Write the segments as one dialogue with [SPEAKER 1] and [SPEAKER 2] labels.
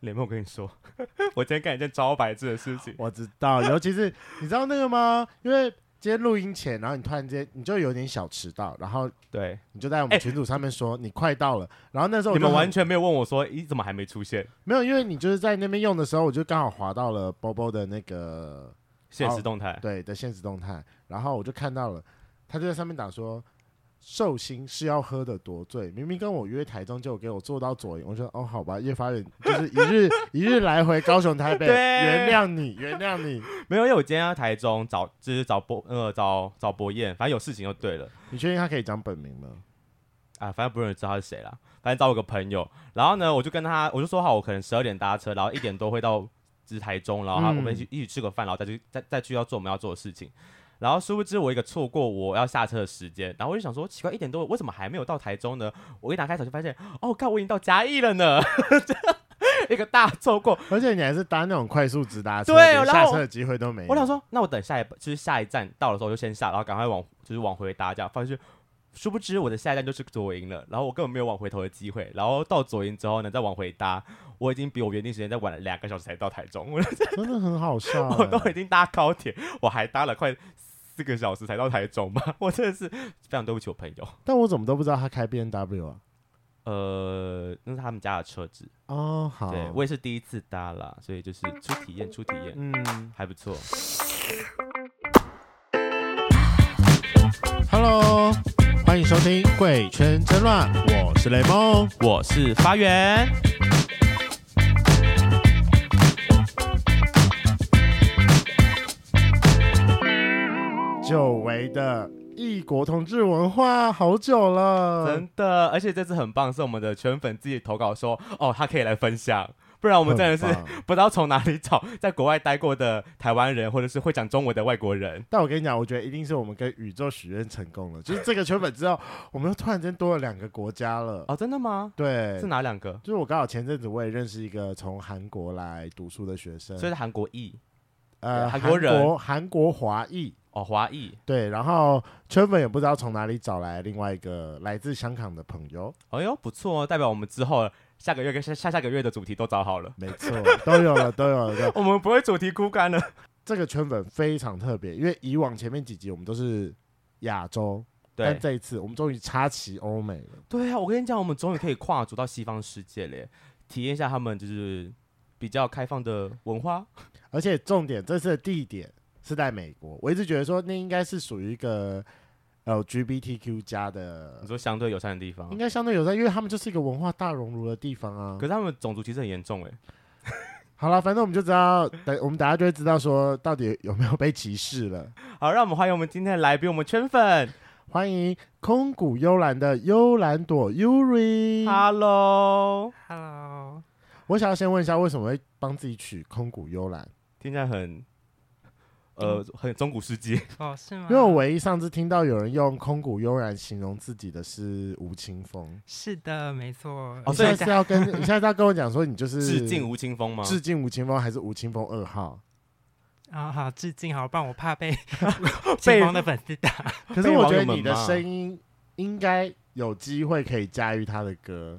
[SPEAKER 1] 雷梦，我跟你说， 我今天干一件招白字的事情。
[SPEAKER 2] 我知道，尤其是你知道那个吗？因为今天录音前，然后你突然间你就有点小迟到，然后
[SPEAKER 1] 对，
[SPEAKER 2] 你就在我们
[SPEAKER 1] 哎
[SPEAKER 2] 群组上面说、你快到了，然后那时候我
[SPEAKER 1] 你
[SPEAKER 2] 就
[SPEAKER 1] 们
[SPEAKER 2] 很
[SPEAKER 1] 完全没有问我说，咦，怎么还没出现？
[SPEAKER 2] 没有，因为你就是在那边用的时候，我就刚好滑到了波波的那个
[SPEAKER 1] 现实动态，
[SPEAKER 2] 对的现实动态，然后我就看到了，他就在上面打说。寿星是要喝的多醉，明明跟我约台中，就给我坐到左营。我说哦，好吧，叶发远就是一日一日来回高雄台 北，
[SPEAKER 1] 对
[SPEAKER 2] 原谅你，原谅你。
[SPEAKER 1] 没有，因为我今天要台中找，就是找博呃找找博彦，反正有事情就对了
[SPEAKER 2] 你确定他可以讲本名吗？
[SPEAKER 1] 啊，反正不用人知道他是谁啦，反正找我个朋友，然后呢，我就跟他，我就说好，我可能十二点搭车，然后一点多会到就是台中，然后他
[SPEAKER 2] 嗯
[SPEAKER 1] 我们一起一起吃个饭，然后再去再再去要做我们要做的事情。然后殊不知我一个错过我要下车的时间，然后我就想说奇怪一点多我怎么还没有到台中呢？我一打开手机发现，哦，靠，我已经到嘉义了呢， 一个大错过，
[SPEAKER 2] 而且你还是搭那种快速直达车，
[SPEAKER 1] 对
[SPEAKER 2] 连
[SPEAKER 1] 然
[SPEAKER 2] 下
[SPEAKER 1] 后
[SPEAKER 2] 车的机会都没有。
[SPEAKER 1] 我想说，那我等下一就是下一站到的时候就先下，然后赶快往就是往回搭，这样发现。殊不知我的下一站就是左营了，然后我根本没有往回头的机会。然后到左营之后呢，再往回搭，我已经比我原定时间再晚了两个小时才到台中。我
[SPEAKER 2] 真的很好 笑、
[SPEAKER 1] 我都
[SPEAKER 2] 欸。
[SPEAKER 1] 已经搭高铁，我还搭了快四个小时才到台中吧。 我真的是非常对不起我朋友。
[SPEAKER 2] 但我怎么都不知道他开 B N W 啊？
[SPEAKER 1] 呃，那是他们家的车子，
[SPEAKER 2] 哦，好，
[SPEAKER 1] 对我也是第一次搭啦，所以就是初体验，初体验
[SPEAKER 2] 嗯
[SPEAKER 1] 还不错。
[SPEAKER 2] ，Hello，欢迎收听《贵圈争乱》，我是雷梦。
[SPEAKER 1] 我是发源。
[SPEAKER 2] 久违的异国同志文化，好久了，
[SPEAKER 1] 真的，而且这次很棒，是我们的圈粉自己投稿说，哦，他可以来分享，不然我
[SPEAKER 2] 我
[SPEAKER 1] 们真的是 不知道从哪里找在国外待过的台湾人，或者是会讲中文的外国人。
[SPEAKER 2] 但我跟你讲，我觉得一定是我们跟宇宙许愿成功 了。就是这个圈粉之后，我们又突然间多了两个国家了。
[SPEAKER 1] 哦，真的吗？
[SPEAKER 2] 对
[SPEAKER 1] 是，哪两个？
[SPEAKER 2] 就是我刚好前阵子我也认识一个从韩国来读书的学生，
[SPEAKER 1] 所以是韩国裔
[SPEAKER 2] 呃，
[SPEAKER 1] 韩国人
[SPEAKER 2] 韩国韩国华裔，
[SPEAKER 1] 哦，华裔。
[SPEAKER 2] 对，然后圈粉也不知道从哪里找来另外一个来自香港的朋友，
[SPEAKER 1] 哎呦，不错哦，代表我们之后下个月跟下下下个月的主题都找 好了。
[SPEAKER 2] 没 错，都有了，都有了。都有了
[SPEAKER 1] 我们不会主题枯干了。
[SPEAKER 2] 这个圈粉非常特别，因为以往前面几集我们都是亚洲，但
[SPEAKER 1] 对
[SPEAKER 2] 这一次我们终于插旗欧美了。
[SPEAKER 1] 对啊，我跟你讲，我们终于可以跨足到西方世界了耶，体验一下他们就是比较开放的文化。
[SPEAKER 2] 而且重点，这次的地点是在美国。我一直觉得说那应该是属于一个呃 LGBTQ 加的
[SPEAKER 1] 你，说相对友善的地方
[SPEAKER 2] 应，该相对有在，因为他们就是一个文化大熔炉的地方啊
[SPEAKER 1] 可。是他们种族歧视很严重哎。
[SPEAKER 2] 好了，反正我们就知道，等我们大家就会知道说到底有没有被歧视了。
[SPEAKER 1] 好，让我们欢迎我们今天的来宾，我们圈粉
[SPEAKER 2] 欢迎空谷幽兰的幽兰朵 Yuri。
[SPEAKER 1] ，Hello，
[SPEAKER 3] Hello，
[SPEAKER 2] 我想要先问一下，为什么会帮自己取空谷幽兰？
[SPEAKER 1] 听起来很，呃，
[SPEAKER 2] 嗯
[SPEAKER 1] 很中古世纪，
[SPEAKER 3] 哦，是吗？
[SPEAKER 2] 因为我唯一上次听到有人用“空谷悠然”形容自己的是吴青峰，
[SPEAKER 3] 是的，没错。
[SPEAKER 1] 哦
[SPEAKER 2] 你
[SPEAKER 1] 所以
[SPEAKER 2] 现在是要跟 你现在是要跟我讲说你就是
[SPEAKER 1] 致敬吴青峰吗？
[SPEAKER 2] 致敬吴青峰还是吴青峰二号？
[SPEAKER 3] 啊，好，致敬，好，不然我怕 被
[SPEAKER 1] 被
[SPEAKER 3] 被方的粉丝打。
[SPEAKER 2] 可是我觉
[SPEAKER 1] 网
[SPEAKER 2] 得
[SPEAKER 1] 友们
[SPEAKER 2] 你的
[SPEAKER 1] 骂
[SPEAKER 2] 声音应该有机会可以驾驭他的歌，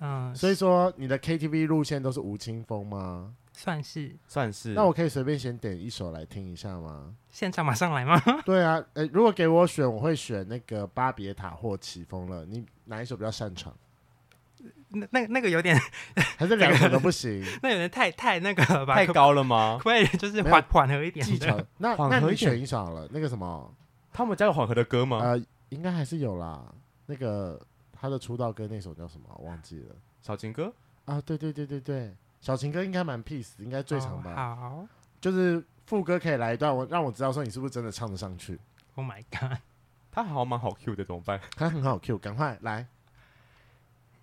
[SPEAKER 3] 嗯，
[SPEAKER 2] 所以说你的 KTV 路线都是吴青峰吗？
[SPEAKER 3] 算是
[SPEAKER 1] 算是。
[SPEAKER 2] 那我可以随便先点一首来听一下吗？
[SPEAKER 3] 现场马上来吗？
[SPEAKER 2] 对啊，呃，如果给我选，我会选那个巴别塔或起风了。你哪一首比较擅长？
[SPEAKER 3] 那那那个有点，
[SPEAKER 2] 还是两首都 不行？
[SPEAKER 3] 那有点太太那个了吧？
[SPEAKER 1] 太
[SPEAKER 3] 可
[SPEAKER 1] 高了吗
[SPEAKER 3] 可？不可以就是
[SPEAKER 2] 没有
[SPEAKER 3] 缓缓和一点
[SPEAKER 2] 技巧
[SPEAKER 3] 的？
[SPEAKER 2] 那
[SPEAKER 1] 缓
[SPEAKER 2] 那
[SPEAKER 1] 和
[SPEAKER 2] 你
[SPEAKER 1] 一点
[SPEAKER 2] 选一首好了，那个什么，
[SPEAKER 1] 他们家有缓和的歌吗？
[SPEAKER 2] 呃，应该还是有啦。那个他的出道歌那首叫什么？我忘记了
[SPEAKER 1] 小情歌，
[SPEAKER 2] 啊。对对对对对，小情歌应该蛮 peace，应该最长吧。
[SPEAKER 3] 哦
[SPEAKER 2] 就是副歌可以来一段，我让我知道说你是不是真的唱得上去。
[SPEAKER 3] 好，Oh my god！
[SPEAKER 1] 他好像蛮好 Q 的，怎么办？
[SPEAKER 2] 他很好 Q，赶快来。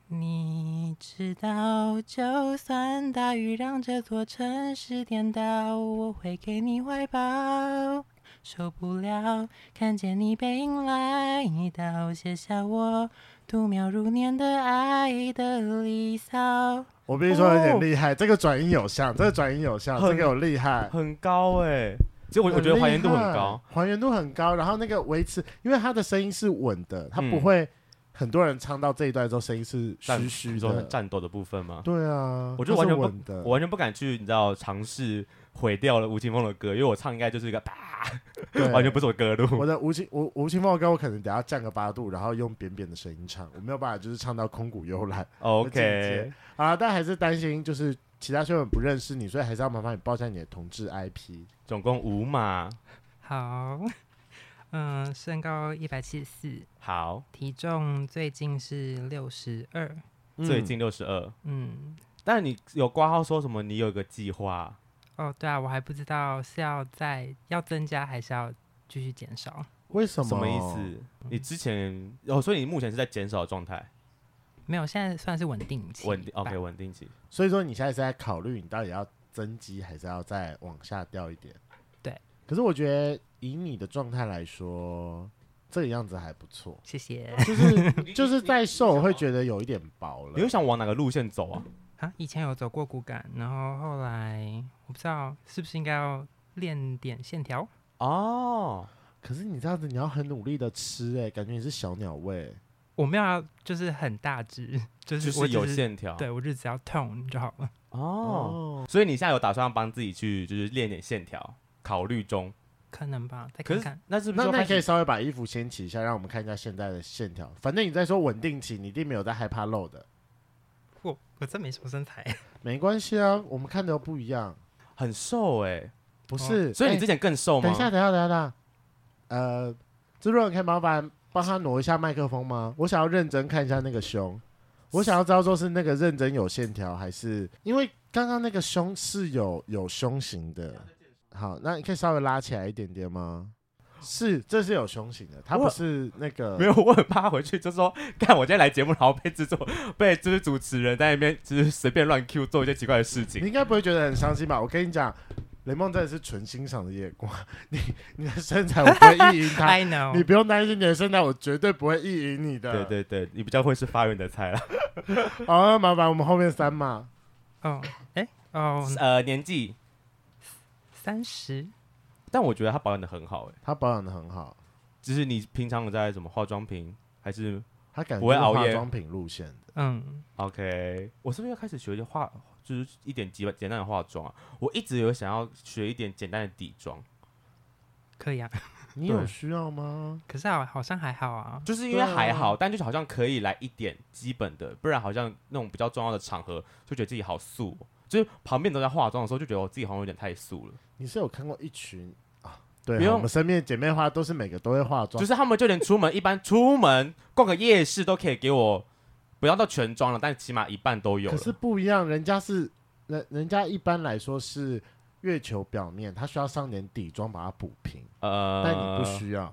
[SPEAKER 3] 你知道，就算大雨让这座城市颠倒，我会给你怀抱。受不了看见你背影来到，写下我度秒如年的爱的离骚。
[SPEAKER 2] 我必须说有点厉害，这个转音有像，这个转音有像，
[SPEAKER 1] 哦很
[SPEAKER 2] 这个有厉害。
[SPEAKER 1] 很高哎，其实我我觉得还原度很
[SPEAKER 2] 厉害
[SPEAKER 1] 高，，
[SPEAKER 2] 还原度很高。然后那个维持，因为他的声音是稳的，他不
[SPEAKER 1] 嗯
[SPEAKER 2] 会很多人唱到这一段之后，声音是
[SPEAKER 1] 战
[SPEAKER 2] 虚虚
[SPEAKER 1] 你说很
[SPEAKER 2] 的。
[SPEAKER 1] 战斗的部分吗？
[SPEAKER 2] 对啊，
[SPEAKER 1] 我就完全不
[SPEAKER 2] 它是稳的
[SPEAKER 1] 我。完全不敢去，你知道，尝试毁掉了吴青峰的歌，因为我唱应该就是一个啪，
[SPEAKER 2] 对
[SPEAKER 1] 完全不是我歌路。
[SPEAKER 2] 我的吴青吴吴青峰的歌，我可能等下降个八度，然后用扁扁的声音唱，我没有办法就是唱到空谷幽兰我简
[SPEAKER 1] OK，
[SPEAKER 2] 洁啊。但还是担心就是其他学友不认识你，所以还是要麻烦你报一下你的同志 IP。
[SPEAKER 1] 总共五码，
[SPEAKER 3] 好，嗯，身高一百七十四，
[SPEAKER 1] 好，
[SPEAKER 3] 体重最近是六十二，
[SPEAKER 1] 最近六十二。
[SPEAKER 3] 嗯，
[SPEAKER 1] 但你有挂号说什么？你有一个计划
[SPEAKER 3] 哦，对啊，我还不知道是要再要增加还是要继续减少，
[SPEAKER 2] 为什么？
[SPEAKER 1] 什么意？思？你之前哦，所以你目前是在减少的状态，
[SPEAKER 3] 没有，现在算是稳定期吧，
[SPEAKER 1] 稳定哦 OK 稳定期。
[SPEAKER 2] 所以说你现在是在考虑你到底要增肌还是要再往下掉一点？
[SPEAKER 3] 对。
[SPEAKER 2] 可是我觉得以你的状态来说，这个样子还不错，
[SPEAKER 3] 谢谢
[SPEAKER 2] 就是就是在瘦，我会觉得有一点薄了。
[SPEAKER 1] 你又想往哪个路线走啊？
[SPEAKER 3] 啊。以前有走过骨感，然后后来我不知道是不是应该要练点线条，
[SPEAKER 1] 哦，
[SPEAKER 2] 可是你这样子，你要很努力的吃、欸，哎，感觉你是小鸟胃。
[SPEAKER 3] 我没有要就是很大致，就
[SPEAKER 1] 就是
[SPEAKER 3] 我
[SPEAKER 1] 是
[SPEAKER 3] 只
[SPEAKER 1] 有，线条。
[SPEAKER 3] 对我就只要 tone 就好了。
[SPEAKER 1] 哦，，所以你现在有打算帮自己去就是练点线条，考虑中。
[SPEAKER 3] 可能吧，再
[SPEAKER 1] 可
[SPEAKER 3] 看
[SPEAKER 1] 是
[SPEAKER 3] 看。
[SPEAKER 1] 那是不
[SPEAKER 2] 那
[SPEAKER 1] 是
[SPEAKER 2] 那
[SPEAKER 1] 开
[SPEAKER 2] 你可以
[SPEAKER 1] 始？
[SPEAKER 2] 稍微把衣服掀起一下，让我们看一下现在的线条。反正你在说稳定期，你一定没有在害怕露的，
[SPEAKER 3] 我我真没什么身 材，
[SPEAKER 2] 没关系啊，我们看的又不一样。
[SPEAKER 1] 很瘦哎、
[SPEAKER 2] 不是，
[SPEAKER 1] 所以你
[SPEAKER 2] 哎
[SPEAKER 1] 之前更瘦吗？
[SPEAKER 2] 等一下，等一下，等一下等一下，呃，制作人可以麻烦帮他挪一下麦克风吗？我想要认真看一下那个胸，我想要知道说是那个认真有线条，还是因为刚刚那个胸是有有胸型的。好，那你可以稍微拉起来一点点吗？是，这是有胸型的，它
[SPEAKER 1] 我
[SPEAKER 2] 不是那个
[SPEAKER 1] 没有，我很怕回去就说， 看我今天来节目，然后被制作被就是主持人在那边就是随便乱 Q 做一些奇怪的事
[SPEAKER 2] 你
[SPEAKER 1] 情。
[SPEAKER 2] 应该不会觉得很伤心吧？我跟你讲，雷梦真的是纯欣赏的眼光， 你你的身材我不会意淫
[SPEAKER 1] 哎
[SPEAKER 2] 他，
[SPEAKER 3] I
[SPEAKER 2] 你
[SPEAKER 3] know，
[SPEAKER 2] 不用担心你的身材，我绝对不会意淫你的。
[SPEAKER 1] 对啊对对，你比较会是发源的菜啦。
[SPEAKER 2] 好、那麻烦我们后面三嘛。
[SPEAKER 3] 哦，哎，哦，
[SPEAKER 1] 呃，年纪，
[SPEAKER 3] 三十，
[SPEAKER 1] 但我觉得他保养的很好哎、
[SPEAKER 2] 他保养的很好，
[SPEAKER 1] 就是你平常有在什么化妆品还是
[SPEAKER 2] 他感觉
[SPEAKER 1] 不会
[SPEAKER 2] 是
[SPEAKER 1] 熬
[SPEAKER 2] 化
[SPEAKER 1] 夜
[SPEAKER 2] 妆品路线的。
[SPEAKER 3] 嗯，
[SPEAKER 1] OK，我是不是要开始学一些化，就是一点简简单的化妆啊？我一直有想要学一点简单的底妆，
[SPEAKER 3] 可以啊。
[SPEAKER 2] 你有
[SPEAKER 1] 对
[SPEAKER 2] 需要吗？
[SPEAKER 3] 可是好，好像还好啊。
[SPEAKER 1] 就是因为还好，但就是好像可以来一点基本的，不然好像那种比较重要的场合就觉得自己好素哦、就是旁边都在化妆的时候就觉得我自己好像有点太素了，
[SPEAKER 2] 你是有看过一群啊？对
[SPEAKER 1] 不
[SPEAKER 2] 啊，
[SPEAKER 1] 用
[SPEAKER 2] 我们身边的姐妹花都是每个都会化妆，
[SPEAKER 1] 就是他们就连出门一般出门逛个夜市都可以给我不要到全妆了，但起码一半都有
[SPEAKER 2] 可是
[SPEAKER 1] 了。
[SPEAKER 2] 不一样，人家是人，人家一般来说是月球表面，她需要上点底妆把它补平，
[SPEAKER 1] 呃，
[SPEAKER 2] 但你不需要，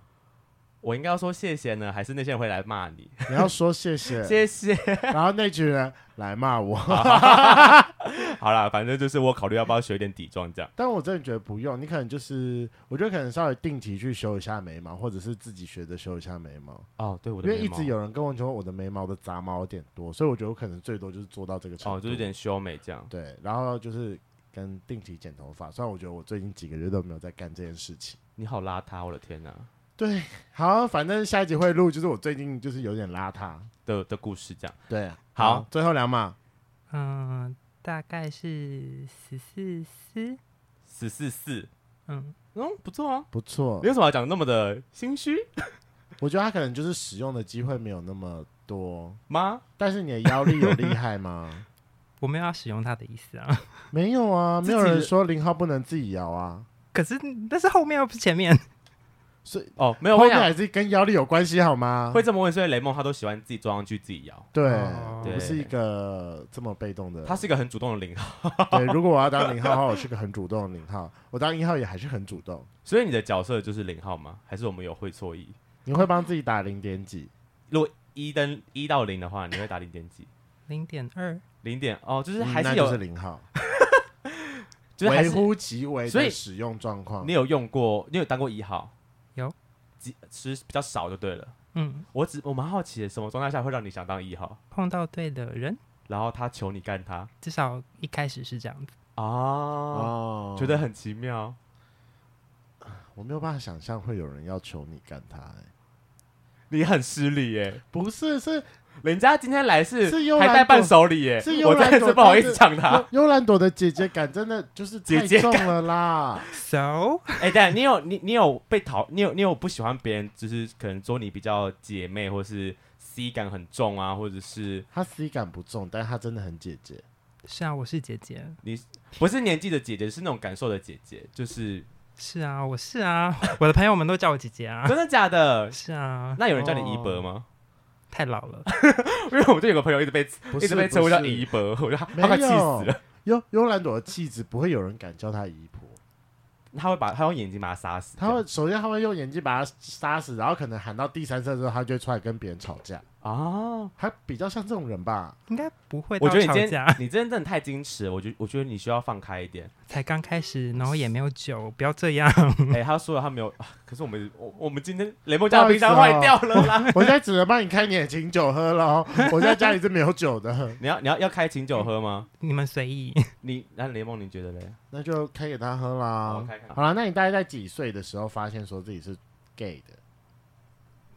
[SPEAKER 1] 我应该要说谢谢呢，还是那些人会来骂你？，
[SPEAKER 2] 你要说谢谢
[SPEAKER 1] 谢谢。
[SPEAKER 2] 然后那群人来骂我，
[SPEAKER 1] 好啦，反正就是我考虑要不要学一点底妆这样。
[SPEAKER 2] 但我真的觉得不用，你可能就是，我觉得可能稍微定期去修一下眉毛，或者是自己学着修一下眉毛，
[SPEAKER 1] 哦，对，我的
[SPEAKER 2] 因为
[SPEAKER 1] 眉
[SPEAKER 2] 一
[SPEAKER 1] 毛
[SPEAKER 2] 直有人跟我说我的眉毛的杂毛有点多，所以我觉得我可能最多就是做到这个程度，
[SPEAKER 1] 哦，就是有点修眉这样。
[SPEAKER 2] 对，然后就是跟定期剪头发，虽然我觉得我最近几个月都没有在干这件事情。
[SPEAKER 1] 你好邋遢，我的天哪、
[SPEAKER 2] 对，好，反正下一集会录，就是我最近就是有点邋遢。
[SPEAKER 1] 的的故事这样。
[SPEAKER 2] 对，
[SPEAKER 1] 啊好
[SPEAKER 2] 最后两码，
[SPEAKER 3] 嗯，大概是十四四，
[SPEAKER 1] 十四四，
[SPEAKER 3] 嗯，
[SPEAKER 1] 嗯，不错啊。
[SPEAKER 2] 不错
[SPEAKER 1] 你。为什么要讲那么的心虚
[SPEAKER 2] 我觉得他可能就是使用的机会没有那么多，
[SPEAKER 1] 吗？
[SPEAKER 2] 但是你的腰力有厉害吗？
[SPEAKER 3] 我没有要使用它的意思啊。
[SPEAKER 2] 没有啊，
[SPEAKER 1] 自己
[SPEAKER 2] 没有人说零号不能自己摇啊，
[SPEAKER 3] 可是但是后面又不是前 面，
[SPEAKER 2] 所以
[SPEAKER 1] 哦，没有，
[SPEAKER 2] 后
[SPEAKER 1] 我
[SPEAKER 2] 面
[SPEAKER 1] 想
[SPEAKER 2] 还是跟腰力有关系好吗？
[SPEAKER 1] 会这么问，所以雷梦他都喜欢自己装上去自己摇，
[SPEAKER 2] 对，
[SPEAKER 3] 哦
[SPEAKER 2] 我不是一个这么被动的。
[SPEAKER 1] 他是一个很主动的零号。
[SPEAKER 2] 对，如果我要当零号的话，我是个很主动的零号，我当一号也还是很主动。
[SPEAKER 1] 所以你的角色就是零号吗？还是我们有会错意？
[SPEAKER 2] 你会帮自己打零点几？
[SPEAKER 1] 如果一登一到零的话，你会打零点几？
[SPEAKER 3] 零点二，
[SPEAKER 1] 零点哦， 就是
[SPEAKER 2] 嗯
[SPEAKER 1] 还
[SPEAKER 2] 那
[SPEAKER 1] 是有，
[SPEAKER 2] 就是零号，
[SPEAKER 1] 就是还
[SPEAKER 2] 微
[SPEAKER 1] 是
[SPEAKER 2] 乎其微
[SPEAKER 1] 所
[SPEAKER 2] 的
[SPEAKER 1] 以
[SPEAKER 2] 使用状况
[SPEAKER 1] 你。有用过，你有当过一号？
[SPEAKER 3] 有，
[SPEAKER 1] 几其实比较少就对了。
[SPEAKER 3] 嗯，
[SPEAKER 1] 我只我蛮好奇的，什么状态下会让你想当一号？
[SPEAKER 3] 碰到对的人，
[SPEAKER 1] 然后他求你干他
[SPEAKER 3] 至少一开始是这样子。
[SPEAKER 1] 啊，
[SPEAKER 2] 哦
[SPEAKER 1] 觉得很奇妙。
[SPEAKER 2] 我没有办法想象会有人要求你干他、欸，
[SPEAKER 1] 你很失礼耶，
[SPEAKER 2] 不是是
[SPEAKER 1] 人家今天来是
[SPEAKER 2] 是幽兰
[SPEAKER 1] 还带伴手礼耶
[SPEAKER 2] 是，幽
[SPEAKER 1] 我
[SPEAKER 2] 兰
[SPEAKER 1] 真的
[SPEAKER 2] 朵
[SPEAKER 1] 是不好
[SPEAKER 2] 带
[SPEAKER 1] 意
[SPEAKER 2] 着
[SPEAKER 1] 思抢他。
[SPEAKER 2] 幽幽兰朵的姐姐感真的就是太
[SPEAKER 1] 啊姐姐
[SPEAKER 2] 重了啦，
[SPEAKER 4] So
[SPEAKER 1] 哎，但你有你你有被讨，你有你有不喜欢别人，就是可能说你比较姐妹，或是 C 感很重啊，或者是
[SPEAKER 2] 她 C 感不重，但她真的很姐姐。
[SPEAKER 4] 是啊，我是姐姐，
[SPEAKER 1] 不是年纪的姐姐，是那种感受的姐姐，就是
[SPEAKER 4] 是啊，我是啊，我的朋友们都叫我姐姐啊，
[SPEAKER 1] 真的假的？
[SPEAKER 4] 是啊，
[SPEAKER 1] 那有人叫
[SPEAKER 2] 哦
[SPEAKER 1] 你姨伯吗？
[SPEAKER 4] 太老了，
[SPEAKER 1] 因为我就有个朋友一直被
[SPEAKER 2] 不
[SPEAKER 1] 一
[SPEAKER 2] 是
[SPEAKER 1] 直被
[SPEAKER 2] 不
[SPEAKER 1] 称呼叫
[SPEAKER 2] 是
[SPEAKER 1] 姨伯，我就他
[SPEAKER 2] 没
[SPEAKER 1] 快气
[SPEAKER 2] 有
[SPEAKER 1] 死了。
[SPEAKER 2] 幽幽兰朵的气质不会有人敢叫她姨婆，
[SPEAKER 1] 他会把他用眼睛把他杀死这
[SPEAKER 2] 她
[SPEAKER 1] 样，
[SPEAKER 2] 会首先她会用眼睛把她杀死，然后可能喊到第三声的时候，她就会出来跟别人吵架。
[SPEAKER 1] 啊。
[SPEAKER 2] 她比较像这种人吧？
[SPEAKER 4] 应该不会到
[SPEAKER 1] 我觉得你
[SPEAKER 4] 吵
[SPEAKER 1] 今天
[SPEAKER 4] 架，
[SPEAKER 1] 你今天真的太矜持了，我觉我觉得你需要放开一 点。
[SPEAKER 4] 才刚开始，然后也没有酒，不要这样。
[SPEAKER 1] 哎、他说了他没有，啊可是我们我我们今天雷梦家的冰箱
[SPEAKER 2] 不好意
[SPEAKER 1] 坏
[SPEAKER 2] 思哦
[SPEAKER 1] 掉了啦。
[SPEAKER 2] 我现在只能帮你开你的琴酒喝了哦，我在家里是没有酒的，
[SPEAKER 1] 你要你要要开清酒喝吗？
[SPEAKER 4] 你们随意，
[SPEAKER 1] 你那雷梦你觉得嘞？
[SPEAKER 2] 那就开给她喝啦。
[SPEAKER 1] 哦我开开
[SPEAKER 2] 好啦，那你大概在几岁的时候发现说自己是 gay 的？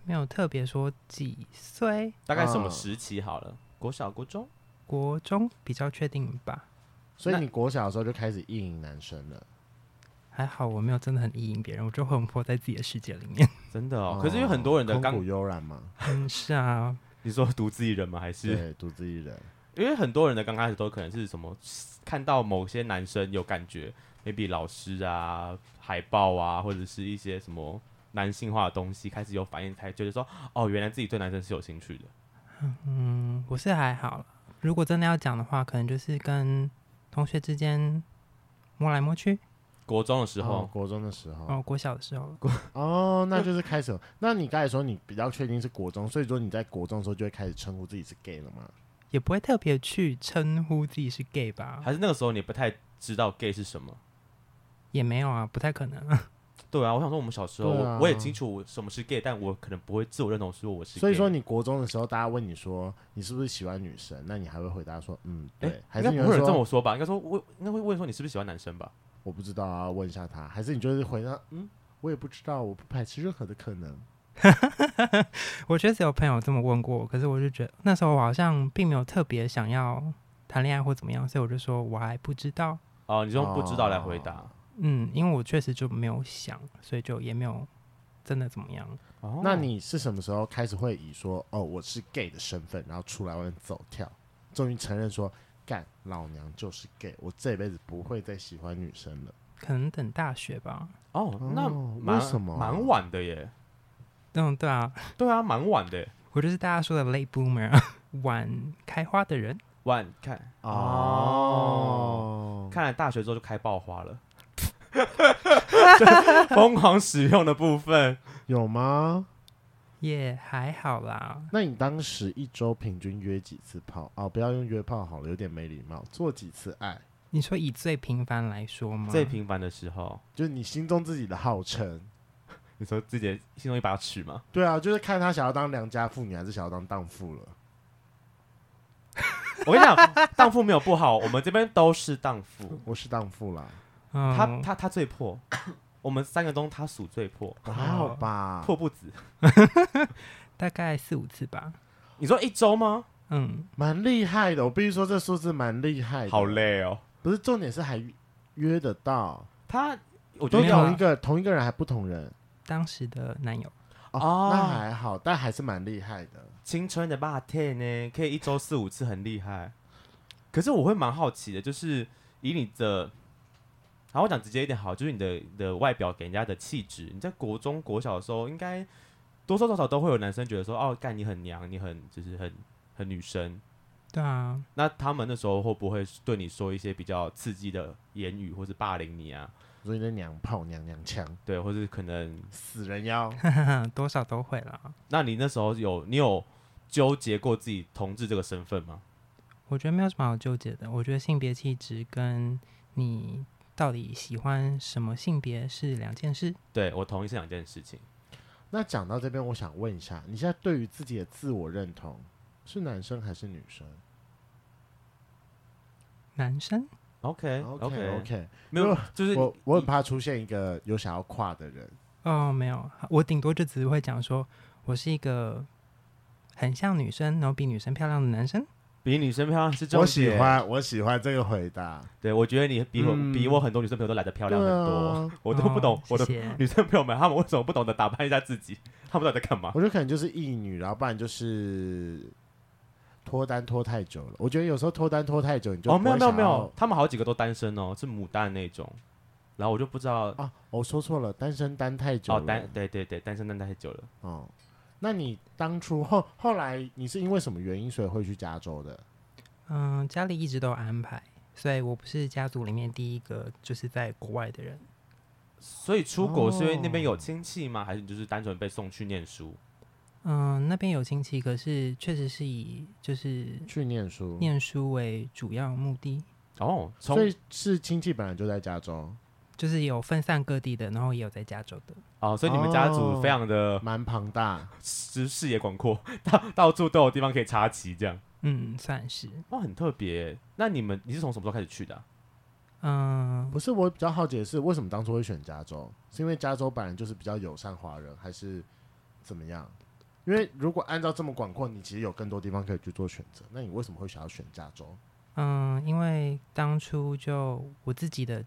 [SPEAKER 4] 没有特别说几岁，
[SPEAKER 1] 大概什么
[SPEAKER 2] 嗯
[SPEAKER 1] 时期好了？国小、国中？
[SPEAKER 4] 国中比较确定吧。
[SPEAKER 2] 所以你国小的时候就开始意淫男生了，
[SPEAKER 4] 还好我没有真的很意淫别人，我就魂魄在自己的世界里面。
[SPEAKER 1] 真的哦。可是有很多人的
[SPEAKER 2] 空
[SPEAKER 1] 刚
[SPEAKER 2] 谷，悠然嘛，
[SPEAKER 4] 嗯，是啊，
[SPEAKER 1] 你说独自一人吗？还是
[SPEAKER 2] 对，独自一人。
[SPEAKER 1] 因为很多人的刚开始都可能是什么看到某些男生有感觉，maybe 老师啊、海报啊，或者是一些什么男性化的东西，开始有反应，才觉得说哦，原来自己对男生是有兴趣的。
[SPEAKER 4] 嗯，我是还好啦。如果真的要讲的话，可能就是跟同学之间摸来摸去。
[SPEAKER 1] 国中的时候，
[SPEAKER 2] 哦国中的时候，
[SPEAKER 4] 哦，国小的时候，
[SPEAKER 2] 哦，那就是开始有。那你刚才说你比较确定是国中，所以说你在国中的时候就会开始称呼自己是 gay 了吗？
[SPEAKER 4] 也不会特别去称呼自己是 gay 吧？
[SPEAKER 1] 还是那个时候你不太知道 gay 是什么。
[SPEAKER 4] 也没有啊，不太可能。
[SPEAKER 1] 对啊，我想说我们小时候，
[SPEAKER 2] 对啊
[SPEAKER 1] 我我也清楚我什么是 gay，但我可能不会自我认同说我是 gay。
[SPEAKER 2] 所以说你国中的时候，大家问你说你是不是喜欢女生，那你还会回答说嗯
[SPEAKER 1] 哎
[SPEAKER 2] 对，还
[SPEAKER 1] 应
[SPEAKER 2] 是
[SPEAKER 1] 该
[SPEAKER 2] 你
[SPEAKER 1] 不会有人这
[SPEAKER 2] 说
[SPEAKER 1] 么说吧？应该说我应该会问说你是不是喜欢男生吧？
[SPEAKER 2] 我不知道啊，问一下他，还是你就是回答嗯我也不知道，我不排斥任何的可能。
[SPEAKER 4] 我确实有朋友这么问过我，可是我就觉得那时候我好像并没有特别想要谈恋爱或怎么样，所以我就说我还不知道。
[SPEAKER 1] 哦，你是用不知道来回答。
[SPEAKER 2] 哦
[SPEAKER 4] 嗯，因为我确实就没有想，所以就也没有真的怎么样。
[SPEAKER 1] 哦
[SPEAKER 2] 那你是什么时候开始会以说哦我是 gay 的身份，然后出来外面走跳，终于承认说干老娘就是 gay，我这辈子不会再喜欢女生了。
[SPEAKER 4] 可能等大学吧。
[SPEAKER 1] 哦，那
[SPEAKER 2] 哦
[SPEAKER 1] 蛮
[SPEAKER 2] 为什么啊
[SPEAKER 1] 蛮晚的耶？
[SPEAKER 4] 嗯，对啊，
[SPEAKER 1] 对啊，蛮晚的耶。
[SPEAKER 4] 我就是大家说的 late boomer，晚开花的人。
[SPEAKER 1] 晚看，
[SPEAKER 2] 哦，
[SPEAKER 1] 看来大学之后就开爆花了， 就疯狂使用的部分。
[SPEAKER 2] 有吗？
[SPEAKER 4] 也、还好啦，
[SPEAKER 2] 那你当时一周平均约几次炮？哦，不要用约炮好了，有点没礼貌。做几次爱？
[SPEAKER 4] 你说以最频繁来说
[SPEAKER 2] 嗯
[SPEAKER 4] 吗？
[SPEAKER 1] 最频繁的时候，
[SPEAKER 2] 就是你心中自己的号称。
[SPEAKER 1] 你说自己的心中一把尺吗？
[SPEAKER 2] 对啊，就是看他想要当良家妇女，还是想要当荡妇了。
[SPEAKER 1] 我跟你讲，荡妇没有不好，我们这边都是荡妇。
[SPEAKER 2] 我是荡妇啦，
[SPEAKER 4] 嗯，
[SPEAKER 1] 他他他最破，我们三个中他数最破，
[SPEAKER 2] 我还好吧。
[SPEAKER 1] 破不止。
[SPEAKER 4] 大概四五次吧。
[SPEAKER 1] 你说一周吗？
[SPEAKER 4] 嗯，
[SPEAKER 2] 蛮厉害的，我必须说这数字蛮厉害的。
[SPEAKER 1] 好，累哦。
[SPEAKER 2] 不是重点是还约得到，
[SPEAKER 1] 他我觉得
[SPEAKER 2] 都
[SPEAKER 4] 没有啊
[SPEAKER 2] 同一个同一个人还不同人
[SPEAKER 4] 当时的男友，
[SPEAKER 2] 哦，
[SPEAKER 1] 哦
[SPEAKER 2] 那还好，但还是蛮厉害的。
[SPEAKER 1] 青春的霸天呢，可以一周四五次，很厉害。可是我会蛮好奇的，就是以你的，好，我讲直接一点好，就是你的你的外表给人家的气质，你在国中、国小的时候，应该多多少少都会有男生觉得说，哦，干你很娘，你很就是很很女生。
[SPEAKER 4] 对啊，
[SPEAKER 1] 那他们那时候会不会对你说一些比较刺激的言语，或是霸凌你啊？
[SPEAKER 2] 所以那娘炮娘娘腔，
[SPEAKER 1] 对，或是可能，
[SPEAKER 2] 死人 妖。
[SPEAKER 4] 嗯多少都会啦。
[SPEAKER 1] 那你那时候有你有纠结过自己同志这个身份吗？
[SPEAKER 4] 我觉得没有什么好纠结的。我觉得性别气质跟你到底喜欢什么性别是两件事。
[SPEAKER 1] 对我同意这两件事情。
[SPEAKER 2] 那讲到这边，我想问一下，你现在对于自己的自我认同是男生还是女生
[SPEAKER 4] 男生
[SPEAKER 1] OK
[SPEAKER 2] ？OK OK，
[SPEAKER 1] 没有
[SPEAKER 2] 如，
[SPEAKER 1] 就是
[SPEAKER 2] 我我很怕出现一个有想要跨的人，
[SPEAKER 4] 哦，没有，我顶多就只会讲说我是一个很像女生，然后比女生漂亮的男生。
[SPEAKER 1] 比女生漂亮是重点。
[SPEAKER 2] 我喜，欢，我喜欢这个回答。
[SPEAKER 1] 对我觉得你比我、
[SPEAKER 2] 嗯
[SPEAKER 1] 比我很多女生朋友都来的漂亮很多，
[SPEAKER 2] 对啊
[SPEAKER 1] 我都不懂
[SPEAKER 4] 哦
[SPEAKER 1] 我的
[SPEAKER 4] 谢谢
[SPEAKER 1] 女生朋友们他们为什么不懂得打扮一下自己，他们到底在干嘛？
[SPEAKER 2] 我觉得可能就是异女，然后不然就是脱单脱太久了。我觉得有时候脱单脱太久，你就
[SPEAKER 1] 哦，没有没
[SPEAKER 2] 不会
[SPEAKER 1] 有
[SPEAKER 2] 想
[SPEAKER 1] 没有
[SPEAKER 2] 要，
[SPEAKER 1] 他们好几个都单身哦，是母蛋那种，然后我就不知道
[SPEAKER 2] 啊，我说错了，单身单太久
[SPEAKER 1] 哦
[SPEAKER 2] 了。
[SPEAKER 1] 单对对对单身单太久了，
[SPEAKER 2] 哦，那你当初后后来你是因为什么原因所以会去加州的？
[SPEAKER 4] 嗯、家里一直都有安排，所以我不是家族里面第一个就是在国外的人。
[SPEAKER 1] 所以出国是因为那边
[SPEAKER 2] 哦
[SPEAKER 1] 有亲戚吗？还是你就是单纯被送去念书？
[SPEAKER 4] 嗯、那边有亲戚，可是确实是以就是
[SPEAKER 2] 去念书，
[SPEAKER 4] 念书为主要目的，
[SPEAKER 1] 哦，从
[SPEAKER 2] 所以是亲戚本来就在加州，
[SPEAKER 4] 就是有分散各地的，然后也有在加州的。
[SPEAKER 1] 哦，所以你们家族非常的
[SPEAKER 2] 蛮庞大。
[SPEAKER 1] 视视野广阔，到到处都有地方可以插旗，这样
[SPEAKER 4] 嗯，算是。
[SPEAKER 1] 哇，很特别。那你们你是从什么时候开始去的啊、
[SPEAKER 4] 嗯、
[SPEAKER 2] 不是我比较好奇的是，为什么当初会选加州？是因为加州本来就是比较友善华人，还是怎么样？因为如果按照这么广阔，你其实有更多地方可以去做选择。那你为什么会想要选加州？
[SPEAKER 4] 嗯，因为当初就我自己的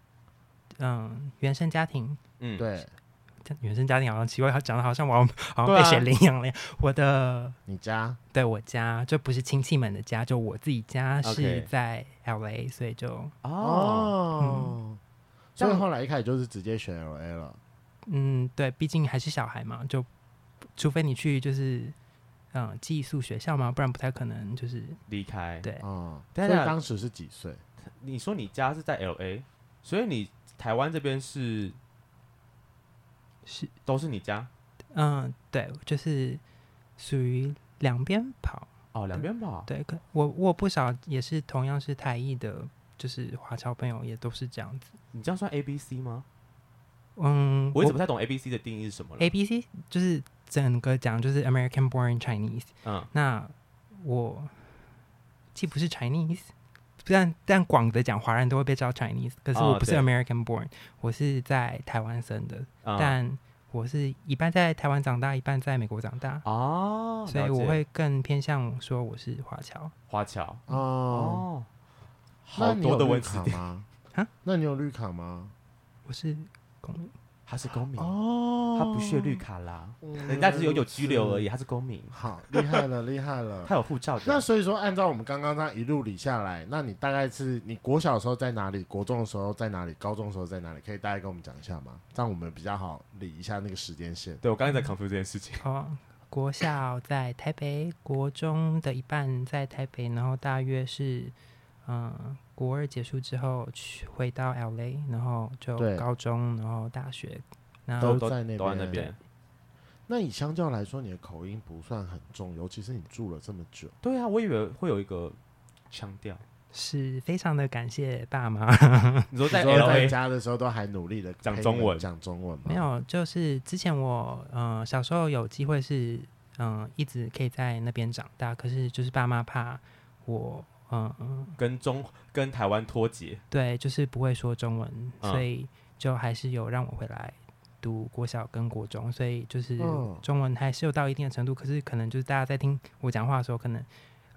[SPEAKER 4] 嗯原生家庭，
[SPEAKER 1] 嗯，
[SPEAKER 2] 对
[SPEAKER 4] 这原生家庭好像奇怪，讲的好像我好像
[SPEAKER 1] 对
[SPEAKER 4] 被谁
[SPEAKER 1] 啊
[SPEAKER 4] 领养了一样。我的
[SPEAKER 2] 你家
[SPEAKER 4] 对我家就不是亲戚们的家，就我自己家
[SPEAKER 1] OK
[SPEAKER 4] 是在 L A，所以就
[SPEAKER 1] 哦，
[SPEAKER 2] 嗯所以后来一开始就是直接选 L A 了。
[SPEAKER 4] 嗯对，毕竟还是小孩嘛，就除非你去就是嗯寄宿学校嘛，不然不太可能就是
[SPEAKER 1] 离开。
[SPEAKER 4] 对
[SPEAKER 2] 哦、
[SPEAKER 1] 等一下
[SPEAKER 2] 所以当时是几岁？
[SPEAKER 1] 你说你家是在 L A，所以你台湾这边是
[SPEAKER 4] 是
[SPEAKER 1] 都是你家
[SPEAKER 4] 嗯对，就是属于两边跑。
[SPEAKER 1] 哦，两边吧。
[SPEAKER 4] 对，可我我不少也是同样是台裔的，就是华侨朋友也都是这样子。
[SPEAKER 1] 你这样算 A B C 吗？
[SPEAKER 4] 嗯，
[SPEAKER 1] 我一直不太懂 A B C 的定义是什么了。
[SPEAKER 4] A B C 就是整个讲就是 American born Chinese。
[SPEAKER 1] 嗯，
[SPEAKER 4] 那我既不是 Chinese，但但广的讲华人都会被叫 Chinese，可是
[SPEAKER 1] 哦
[SPEAKER 4] 我不是
[SPEAKER 1] 对
[SPEAKER 4] American born，、我是在台湾生的，
[SPEAKER 1] 嗯
[SPEAKER 4] 但我是一半在台湾长大，一半在美国长大，
[SPEAKER 1] 哦，
[SPEAKER 4] 所以
[SPEAKER 1] 了解
[SPEAKER 4] 我会更偏向说我是华侨。
[SPEAKER 1] 华侨
[SPEAKER 2] 哦，
[SPEAKER 1] 哦，
[SPEAKER 2] 那
[SPEAKER 1] 好
[SPEAKER 2] 你
[SPEAKER 1] 多
[SPEAKER 2] 有
[SPEAKER 1] 的
[SPEAKER 2] 绿
[SPEAKER 1] 文词
[SPEAKER 2] 卡
[SPEAKER 1] 典，
[SPEAKER 2] 吗？
[SPEAKER 4] 啊，
[SPEAKER 2] 那你有绿卡吗？
[SPEAKER 4] 我是公民，
[SPEAKER 1] 他是公民，
[SPEAKER 2] 哦
[SPEAKER 1] 他不屑绿卡啦，
[SPEAKER 2] 嗯，
[SPEAKER 1] 人家只是有有拘留而已，他是公民，
[SPEAKER 2] 好，厉害了，厉害了。
[SPEAKER 1] 他有护照的
[SPEAKER 2] 那。所以说，按照我们刚刚这样一路理下来，那你大概是你国小的时候在哪里，国中的时候在哪里，高中的时候在哪里？可以大概跟我们讲一下吗？这样我们比较好理一下那个时间线。
[SPEAKER 1] 对我刚才在 confuse 这件事情。
[SPEAKER 4] 哦，国校在台北，国中的一半在台北，然后大约是嗯、呃国二结束之后去回到 L A，然后就
[SPEAKER 2] 对
[SPEAKER 4] 高中，然后大学，然
[SPEAKER 2] 都
[SPEAKER 4] 后
[SPEAKER 2] 在那
[SPEAKER 1] 啊都在
[SPEAKER 2] 边
[SPEAKER 1] 那边。
[SPEAKER 2] 那以相较来说，你的口音不算很重，尤其是你住了这么久。
[SPEAKER 1] 对啊，我以为会有一个腔 调。
[SPEAKER 4] 是非常的感谢爸妈，
[SPEAKER 1] 你说在
[SPEAKER 2] 你说
[SPEAKER 1] L
[SPEAKER 2] 在
[SPEAKER 1] A
[SPEAKER 2] 家的时候都还努力的
[SPEAKER 1] 讲中文
[SPEAKER 2] 讲中文吗？
[SPEAKER 4] 没有，就是之前我嗯、呃小时候有机会是嗯、呃一直可以在那边长大，可是就是爸妈怕我嗯、呃
[SPEAKER 1] 跟中跟台湾脱节，
[SPEAKER 4] 对，就是不会说中文，
[SPEAKER 1] 嗯
[SPEAKER 4] 所以就还是有让我回来读国小跟国中，所以就是
[SPEAKER 2] 嗯
[SPEAKER 4] 中文还是有到一定的程度，可是可能就是大家在听我讲话的时候，可能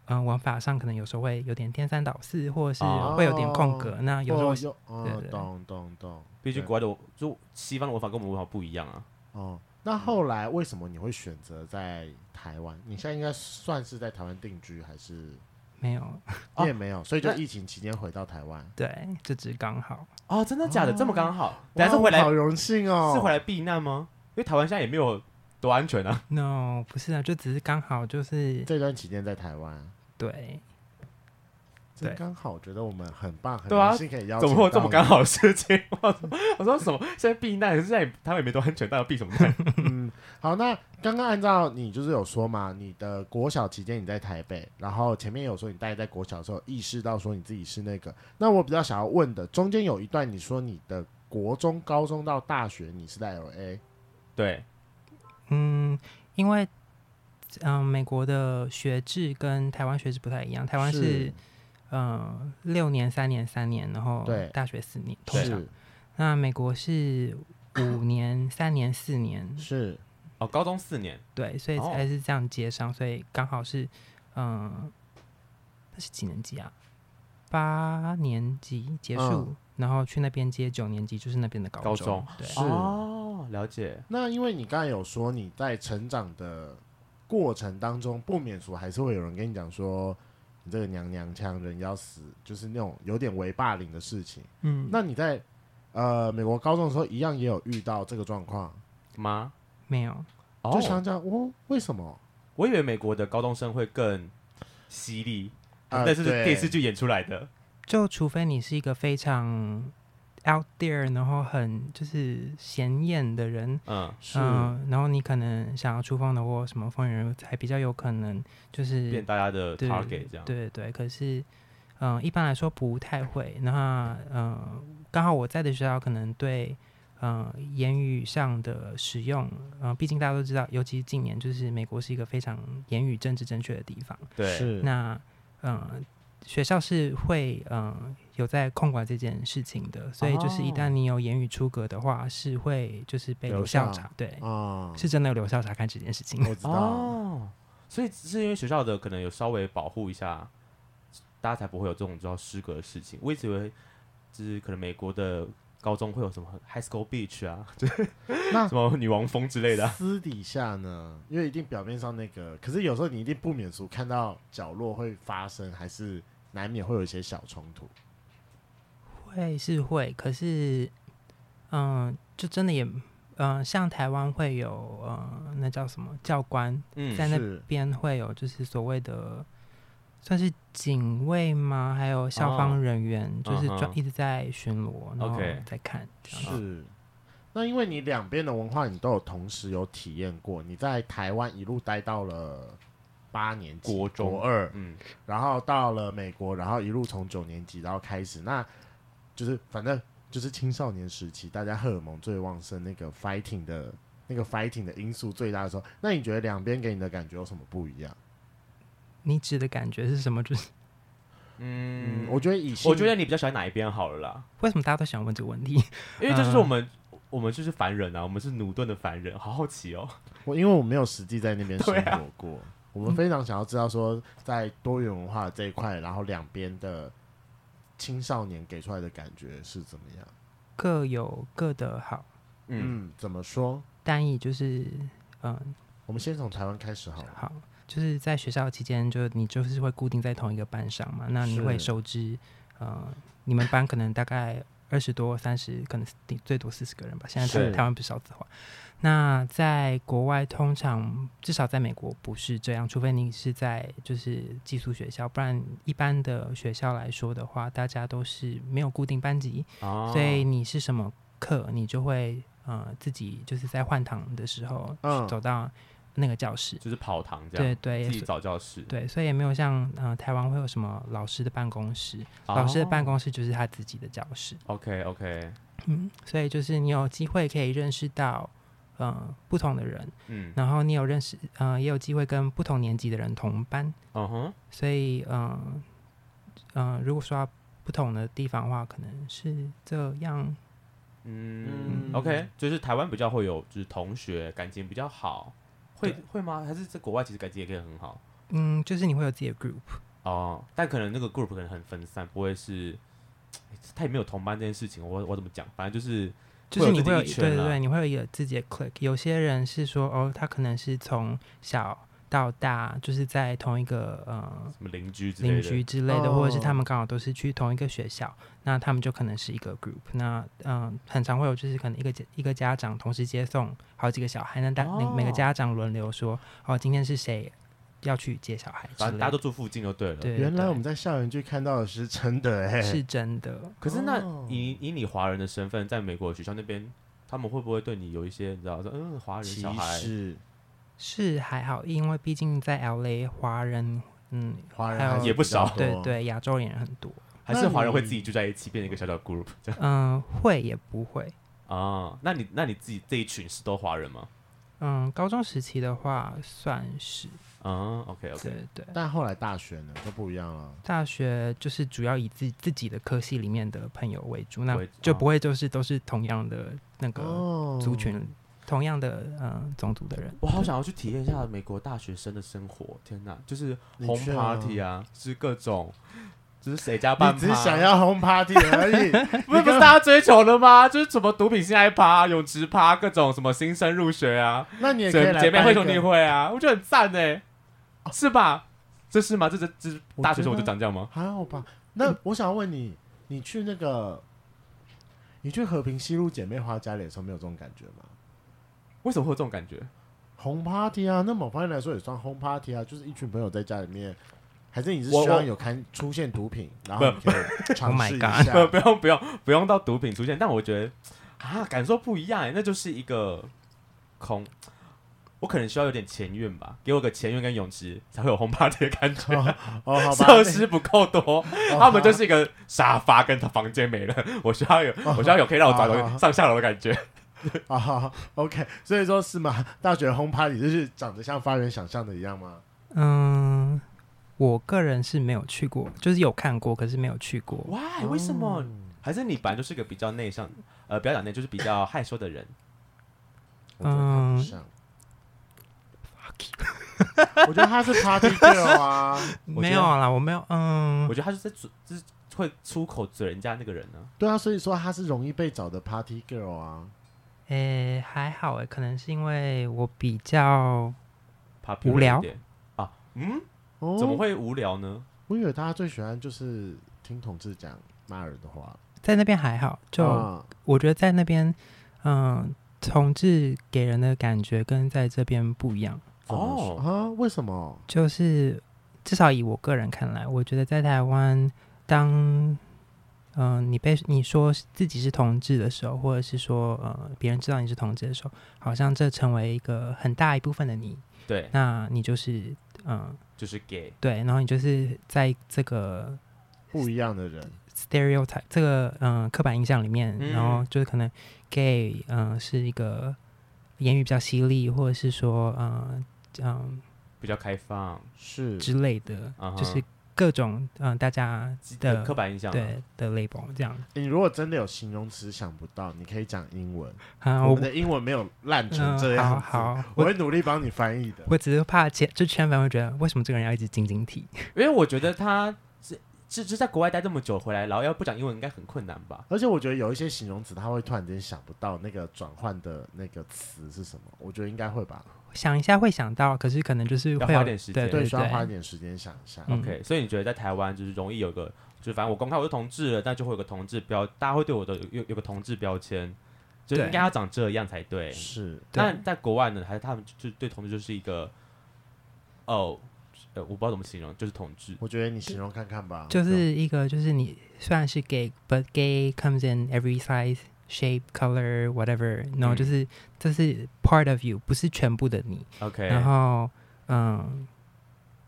[SPEAKER 4] 嗯、呃文法上可能有时候会有点颠三倒四，或者是
[SPEAKER 1] 哦
[SPEAKER 4] 会有点空格，那有时候
[SPEAKER 2] 哦，
[SPEAKER 4] 是、
[SPEAKER 2] 有哦
[SPEAKER 4] 对对，
[SPEAKER 2] 懂懂懂。
[SPEAKER 1] 毕竟
[SPEAKER 2] 对
[SPEAKER 1] 国外的就西方的文法跟我们文法不一样啊。
[SPEAKER 2] 哦，那后来为什么你会选择在台湾？你现在应该算是在台湾定居，还是
[SPEAKER 4] 没有
[SPEAKER 1] 哦
[SPEAKER 2] 你也没有？所以就
[SPEAKER 1] 那
[SPEAKER 2] 疫情期间回到台湾。
[SPEAKER 4] 对，这只刚好
[SPEAKER 1] 哦，真的假的？这么刚好？等
[SPEAKER 2] 但
[SPEAKER 1] 下是回来
[SPEAKER 2] 好荣幸哦，
[SPEAKER 1] 是回来避难吗？因为台湾现在也没有多安全啊。
[SPEAKER 4] no 不是啊，就只是刚好就是
[SPEAKER 2] 这段期间在台湾，
[SPEAKER 4] 对
[SPEAKER 2] 这
[SPEAKER 4] 对
[SPEAKER 2] 刚好我觉得我们很棒，很
[SPEAKER 1] 对啊
[SPEAKER 2] 荣幸可以邀
[SPEAKER 1] 怎
[SPEAKER 2] 请
[SPEAKER 1] 么会有这么
[SPEAKER 2] 到
[SPEAKER 1] 刚
[SPEAKER 2] 你？
[SPEAKER 1] 好的事情？ 我说我说什么？现在避难，可是现在台湾也没多安全，大家避什么难？
[SPEAKER 2] 嗯，好，那刚刚按照你就是有说嘛，你的国小期间你在台北，然后前面有说你大概在国小的时候意识到说你自己是那个。那我比较想要问的，中间有一段你说你的国中、高中到大学你是在 L A，
[SPEAKER 1] 对，
[SPEAKER 4] 嗯，因为嗯、美国的学制跟台湾学制不太一样，台湾是嗯，六年、三年、三年，然后
[SPEAKER 2] 对
[SPEAKER 4] 大学四年，通常。
[SPEAKER 2] 是
[SPEAKER 4] 那美国是五年、三年、四年，
[SPEAKER 2] 是
[SPEAKER 1] 哦，哦，高中四年，
[SPEAKER 4] 对，所以
[SPEAKER 1] 哦
[SPEAKER 4] 才是这样接上，所以刚好是，嗯，那是几年级啊？八年级结束，
[SPEAKER 2] 嗯
[SPEAKER 4] 然后去那边接九年级，就是那边的高
[SPEAKER 1] 高
[SPEAKER 4] 中
[SPEAKER 1] 中
[SPEAKER 4] 对，
[SPEAKER 2] 是
[SPEAKER 1] 哦，了解，
[SPEAKER 2] 那因为你刚才有说你在成长的过程当中，不免俗还是会有人跟你讲说你这个娘娘腔，人要死，就是那种有点为霸凌的事情。
[SPEAKER 4] 嗯，
[SPEAKER 2] 那你在呃美国高中的时候，一样也有遇到这个状况，
[SPEAKER 1] 吗？
[SPEAKER 4] 没有，
[SPEAKER 1] 哦，
[SPEAKER 2] 就想讲哦，为什么？
[SPEAKER 1] 我以为美国的高中生会更犀利，
[SPEAKER 2] 啊
[SPEAKER 1] 但是是
[SPEAKER 2] 对
[SPEAKER 1] 电视剧演出来的。
[SPEAKER 4] 就除非你是一个非常 out there，然后很就是显眼的人，
[SPEAKER 1] 嗯，
[SPEAKER 2] 是、
[SPEAKER 4] 嗯、然后你可能想要出风头或什么风云人物，才比较有可能就是
[SPEAKER 1] 变大家的
[SPEAKER 4] 对
[SPEAKER 1] target 这样。
[SPEAKER 4] 对对对，可是嗯、呃一般来说不太会。那嗯，呃刚好我在的学校可能对嗯、呃言语上的使用，嗯、毕竟大家都知道，尤其是近年，就是美国是一个非常言语政治正确的地方。
[SPEAKER 1] 对，
[SPEAKER 2] 是
[SPEAKER 4] 那嗯、呃学校是会嗯、呃有在控管这件事情的，所以就是一
[SPEAKER 1] 哦
[SPEAKER 4] 旦你有言语出格的话，是会就是被
[SPEAKER 2] 留
[SPEAKER 4] 留校
[SPEAKER 2] 校
[SPEAKER 4] 查，对，
[SPEAKER 2] 啊，
[SPEAKER 4] 是真的有留校查看这件事情。
[SPEAKER 2] 我知道。
[SPEAKER 1] 哦，所以是因为学校的可能有稍微保护一下，大家才不会有这种叫失格的事情。我一直以为就是可能美国的高中会有什么 high school beach 啊，就是
[SPEAKER 2] 那
[SPEAKER 1] 什么女王峰之类的啊。
[SPEAKER 2] 私底下呢，因为一定表面上那个，可是有时候你一定不免俗看到角落会发生，还是难免会有一些小冲突。
[SPEAKER 4] 会是会，可是，嗯、就真的也，嗯、像台湾会有，呃，那叫什么教官
[SPEAKER 1] 嗯，
[SPEAKER 4] 在那
[SPEAKER 2] 是
[SPEAKER 4] 边会有，就是所谓的算是警卫吗？还有消
[SPEAKER 1] 哦
[SPEAKER 4] 防人员，就是
[SPEAKER 1] 嗯
[SPEAKER 4] 专、
[SPEAKER 1] 哼
[SPEAKER 4] 一直在巡逻，然后
[SPEAKER 1] OK
[SPEAKER 4] 在看这样子。
[SPEAKER 2] 是。那因为你两边的文化你都有同时有体验过，你在台湾一路待到了八年级，
[SPEAKER 1] 国中
[SPEAKER 2] 国二，
[SPEAKER 1] 嗯，
[SPEAKER 2] 然后到了美国，然后一路从九年级然后开始，那就是反正就是青少年时期，大家荷尔蒙最旺盛，那个 fighting 的那个 fighting 的因素最大的时候，那你觉得两边给你的感觉有什么不一样？
[SPEAKER 4] 你指的感觉是什么？就是
[SPEAKER 2] 嗯，我觉得以性
[SPEAKER 1] 我觉得你比较喜欢哪一边好了啦，
[SPEAKER 4] 为什么大家都喜欢问这个问题？
[SPEAKER 1] 因为这
[SPEAKER 4] 嗯
[SPEAKER 1] 就是我们。我们就是凡人啊，我们是努顿的凡人，好好奇哦。
[SPEAKER 2] 我因为我没有实际在那边生
[SPEAKER 1] 对啊
[SPEAKER 2] 活过，我们非常想要知道说，在多元文化这一块，然后两边的青少年给出来的感觉是怎么样？
[SPEAKER 4] 各有各的好，
[SPEAKER 1] 嗯，
[SPEAKER 2] 嗯，怎么说？
[SPEAKER 4] 单一就是，嗯、
[SPEAKER 2] 我们先从台湾开始好了。
[SPEAKER 4] 好，就是在学校期间，就你就是会固定在同一个班上嘛，那你会
[SPEAKER 2] 是
[SPEAKER 4] 熟知，呃，你们班可能大概二十多、三十，可能顶最多四十个人吧。现在
[SPEAKER 2] 是
[SPEAKER 4] 台台湾不是少子化，那在国外通常至少在美国不是这样，除非你是在就是寄宿学校，不然一般的学校来说的话，大家都是没有固定班级，
[SPEAKER 1] 哦
[SPEAKER 4] 所以你是什么课，你就会呃自己就是在换堂的时候、
[SPEAKER 2] 嗯
[SPEAKER 4] 走到那个教室。
[SPEAKER 1] 就是跑堂这
[SPEAKER 4] 对
[SPEAKER 1] 样，
[SPEAKER 4] 对，
[SPEAKER 1] 自己找教室。
[SPEAKER 4] 对，所以也没有像呃台湾会有什么老师的办公室，老
[SPEAKER 1] 哦
[SPEAKER 4] 师的办公室就是他自己的教室，
[SPEAKER 1] OK OK，
[SPEAKER 4] 嗯，所以就是你有机会可以认识到呃不同的人，
[SPEAKER 1] 嗯，
[SPEAKER 4] 然后你有认识呃也有机会跟不同年级的人同班，
[SPEAKER 1] 嗯哼，
[SPEAKER 4] 所以嗯嗯、呃如果说到不同的地方的话，可能是这样，
[SPEAKER 1] 嗯，OK，就是台湾比较会有，就是同学感情比较好，会会吗？还是在国外其实感情也可以很好
[SPEAKER 4] 嗯，就是你会有自己的 group，
[SPEAKER 1] 哦，但可能那个 group 可能很分散，不会是。哎他也没有同班这件事情，我我怎么讲？反正就是
[SPEAKER 4] 就是你
[SPEAKER 1] 会有
[SPEAKER 4] 会有
[SPEAKER 1] 自己一
[SPEAKER 4] 对
[SPEAKER 1] 圈
[SPEAKER 4] 对
[SPEAKER 1] 啦
[SPEAKER 4] 对，你会有一个自己的 click。有些人是说哦，他可能是从小到大就是在同一个呃
[SPEAKER 1] 什么邻居之类
[SPEAKER 4] 邻
[SPEAKER 1] 的，
[SPEAKER 4] 居之类的，或者是
[SPEAKER 2] 哦
[SPEAKER 4] 他们刚好都是去同一个学校，那他们就可能是一个 group 那。嗯，很常会有就是可能一个家一个家长同时接送好几个小孩，那大、每每个
[SPEAKER 1] 哦
[SPEAKER 4] 家长轮流说哦，今天是谁要去接小孩之
[SPEAKER 1] 反正
[SPEAKER 4] 类的，
[SPEAKER 1] 大家都住附近就对了。
[SPEAKER 4] 对，
[SPEAKER 2] 原来
[SPEAKER 4] 对
[SPEAKER 2] 我们在校园剧看到的是真的哎、
[SPEAKER 4] 是真的。
[SPEAKER 1] 可是那
[SPEAKER 2] 哦
[SPEAKER 1] 以以你华人的身份，在美国的学校那边，他们会不会对你有一些你知道说，嗯，华人
[SPEAKER 2] 欸歧
[SPEAKER 1] 小孩
[SPEAKER 2] 视，
[SPEAKER 4] 是还好，因为毕竟在 L A 华人，嗯，
[SPEAKER 2] 华人
[SPEAKER 4] 还有
[SPEAKER 2] 还是
[SPEAKER 1] 也不
[SPEAKER 2] 比较
[SPEAKER 1] 少
[SPEAKER 4] 对
[SPEAKER 2] 多，
[SPEAKER 4] 对，亚洲人很多。
[SPEAKER 1] 还是华人会自己聚在一起，变成一个小小 group 这样
[SPEAKER 4] 嗯，会也不会。
[SPEAKER 1] 啊？那你那你自己这一群是都华人吗？
[SPEAKER 4] 嗯，高中时期的话算是
[SPEAKER 1] 啊，OK OK，
[SPEAKER 4] 对对。
[SPEAKER 2] 但后来大学呢就不一样
[SPEAKER 1] 哦
[SPEAKER 2] 了。
[SPEAKER 4] 大学就是主要以自自己的科系里面的朋友为主，那
[SPEAKER 1] 为啊
[SPEAKER 4] 就不会就是都是同样的那个
[SPEAKER 2] 哦
[SPEAKER 4] 族群。同样的呃种族的人。
[SPEAKER 1] 我好想要去体验一下美国大学生的生活。天哪，就是
[SPEAKER 2] 你
[SPEAKER 1] 红
[SPEAKER 2] 去啊
[SPEAKER 1] party 啊，是各种，就是谁家办
[SPEAKER 2] 你
[SPEAKER 1] 趴，
[SPEAKER 2] 只是想要 home party 而已，
[SPEAKER 1] 不是不是大家追求的吗？就是什么毒品性爱趴、泳池趴，各种什么新生入学啊，
[SPEAKER 2] 那你也可以
[SPEAKER 1] 姐
[SPEAKER 2] 来
[SPEAKER 1] 姐妹
[SPEAKER 2] 办
[SPEAKER 1] 会
[SPEAKER 2] 一
[SPEAKER 1] 兄弟
[SPEAKER 2] 个哦
[SPEAKER 1] 会啊，我觉得很赞哎，是吧？这是吗？这这这
[SPEAKER 2] 我
[SPEAKER 1] 大学生我就
[SPEAKER 2] 觉得
[SPEAKER 1] 长这样吗？
[SPEAKER 2] 还好吧？
[SPEAKER 4] 嗯
[SPEAKER 2] 那我想问你，你去那个，你去和平西路姐妹花家里的时候，没有这种感觉吗？
[SPEAKER 1] 为什么会有这种感觉？
[SPEAKER 2] 红 party 啊，那某方面来说也算红 party 啊，就是一群朋友在家里面，还是你是
[SPEAKER 1] 我
[SPEAKER 2] 希望
[SPEAKER 1] 我
[SPEAKER 2] 有看出现毒品，然
[SPEAKER 1] 不
[SPEAKER 2] 后你可以尝
[SPEAKER 4] Oh my
[SPEAKER 2] 试一
[SPEAKER 4] God
[SPEAKER 2] 下。
[SPEAKER 1] 不，不用不用不用到毒品出现，但我觉得啊，感受不一样欸，那就是一个空。我可能需要有点前院吧，给我个前院跟泳池，才会有轰趴的感觉。
[SPEAKER 2] 哦， 好吧，
[SPEAKER 1] 设 施不够多，
[SPEAKER 2] 那
[SPEAKER 1] 他们就是一个沙发跟房间没了。我需要有，我需要有可以让我转
[SPEAKER 2] 好好
[SPEAKER 1] 头
[SPEAKER 2] 好
[SPEAKER 1] 上下楼的感觉。
[SPEAKER 2] 啊、好 o k 所以说是吗？大学轰 party 就是长得像发人想象的一样吗？
[SPEAKER 4] 嗯，我个人是没有去过，就是有看过，可是没有去过。
[SPEAKER 1] Why？为什么？还是你本来就是个比较内向，呃，不要讲内，就是比较害羞的人。
[SPEAKER 2] 我觉得他不
[SPEAKER 4] 嗯
[SPEAKER 2] 像。我觉得他是 party girl 啊，
[SPEAKER 1] 我
[SPEAKER 4] 没
[SPEAKER 1] 觉
[SPEAKER 4] 有
[SPEAKER 1] 得
[SPEAKER 4] 啦，我没有。嗯
[SPEAKER 1] 我，觉得他就是嘴，就是会出口嘴人家那个人呢、
[SPEAKER 2] 对啊，所以说他是容易被找的 party girl 啊。
[SPEAKER 4] 诶、还好诶、欸可能是因为我比较
[SPEAKER 1] 怕
[SPEAKER 4] 无聊
[SPEAKER 1] 啊？嗯，
[SPEAKER 2] 哦，
[SPEAKER 1] 怎么？会无聊呢？
[SPEAKER 2] 我以为大家最喜欢就是听同志讲骂人的话，
[SPEAKER 4] 在那边还好，就、
[SPEAKER 1] 哦
[SPEAKER 2] 啊
[SPEAKER 4] 我觉得在那边，嗯，同志给人的感觉跟在这边不一样，
[SPEAKER 2] 怎么说
[SPEAKER 1] 哦，
[SPEAKER 2] 啊？为什么？
[SPEAKER 4] 就是至少以我个人看来，我觉得在台湾，当嗯、呃你被你说自己是同志的时候，或者是说呃别人知道你是同志的时候，好像这成为一个很大一部分的你，
[SPEAKER 1] 对，
[SPEAKER 4] 那你就是嗯、呃
[SPEAKER 1] 就是 gay。
[SPEAKER 4] 对，然后你就是在这个
[SPEAKER 2] 不一样的人
[SPEAKER 4] stereotype 这个嗯、呃刻板印象里面，
[SPEAKER 1] 嗯
[SPEAKER 4] 然后就是可能 gay 嗯、呃是一个言语比较犀利，或者是说嗯嗯、呃
[SPEAKER 1] 比较开放，
[SPEAKER 2] 是
[SPEAKER 4] 之类的
[SPEAKER 1] 啊哈
[SPEAKER 4] 就是各种嗯、呃大家
[SPEAKER 1] 的
[SPEAKER 4] 的
[SPEAKER 1] 刻板印象啊、
[SPEAKER 4] 对的 label 这样
[SPEAKER 2] 你如果真的有形容词想不到，你可以讲英文。
[SPEAKER 4] 啊，
[SPEAKER 2] 我
[SPEAKER 4] 我
[SPEAKER 2] 们的英文没有烂成
[SPEAKER 4] 嗯
[SPEAKER 2] 这样子，
[SPEAKER 4] 好好，
[SPEAKER 2] 我
[SPEAKER 4] 我
[SPEAKER 2] 会努力帮你翻译的。
[SPEAKER 4] 我只是怕圈就圈粉会觉得为什么这个人要一直晶晶体，
[SPEAKER 1] 因为我觉得他是是是在国外待这么久回来，然后要不讲英文应该很困难吧？
[SPEAKER 2] 而且我觉得有一些形容词，他会突然间想不到那个转换的那个词是什么，我觉得应该会吧。
[SPEAKER 4] 想一下会想到，可是可能就是
[SPEAKER 1] 要
[SPEAKER 4] 会有
[SPEAKER 1] 花点时间
[SPEAKER 4] 对
[SPEAKER 2] 需要花一
[SPEAKER 4] 对，
[SPEAKER 2] 点时间想一下。
[SPEAKER 4] 嗯
[SPEAKER 1] OK，所以你觉得在台湾就是容易有个，就反正我公开我是同志了，但就会有个同志标，大家会对我的有有个同志标签，就是
[SPEAKER 4] 对
[SPEAKER 1] 应该要长这样才对。
[SPEAKER 2] 是，
[SPEAKER 1] 但在国外呢，还是他们就就对同志就是一个，哦，呃，我不知道怎么形容，就是同志。
[SPEAKER 2] 我觉得你形容看看吧。
[SPEAKER 4] 就是一个就是你虽然是 gay，but gay comes in every size。shape, color, whatever，然后
[SPEAKER 1] 嗯
[SPEAKER 4] 就是这是 part of you，不是全部的你。
[SPEAKER 1] OK，
[SPEAKER 4] 然后，嗯，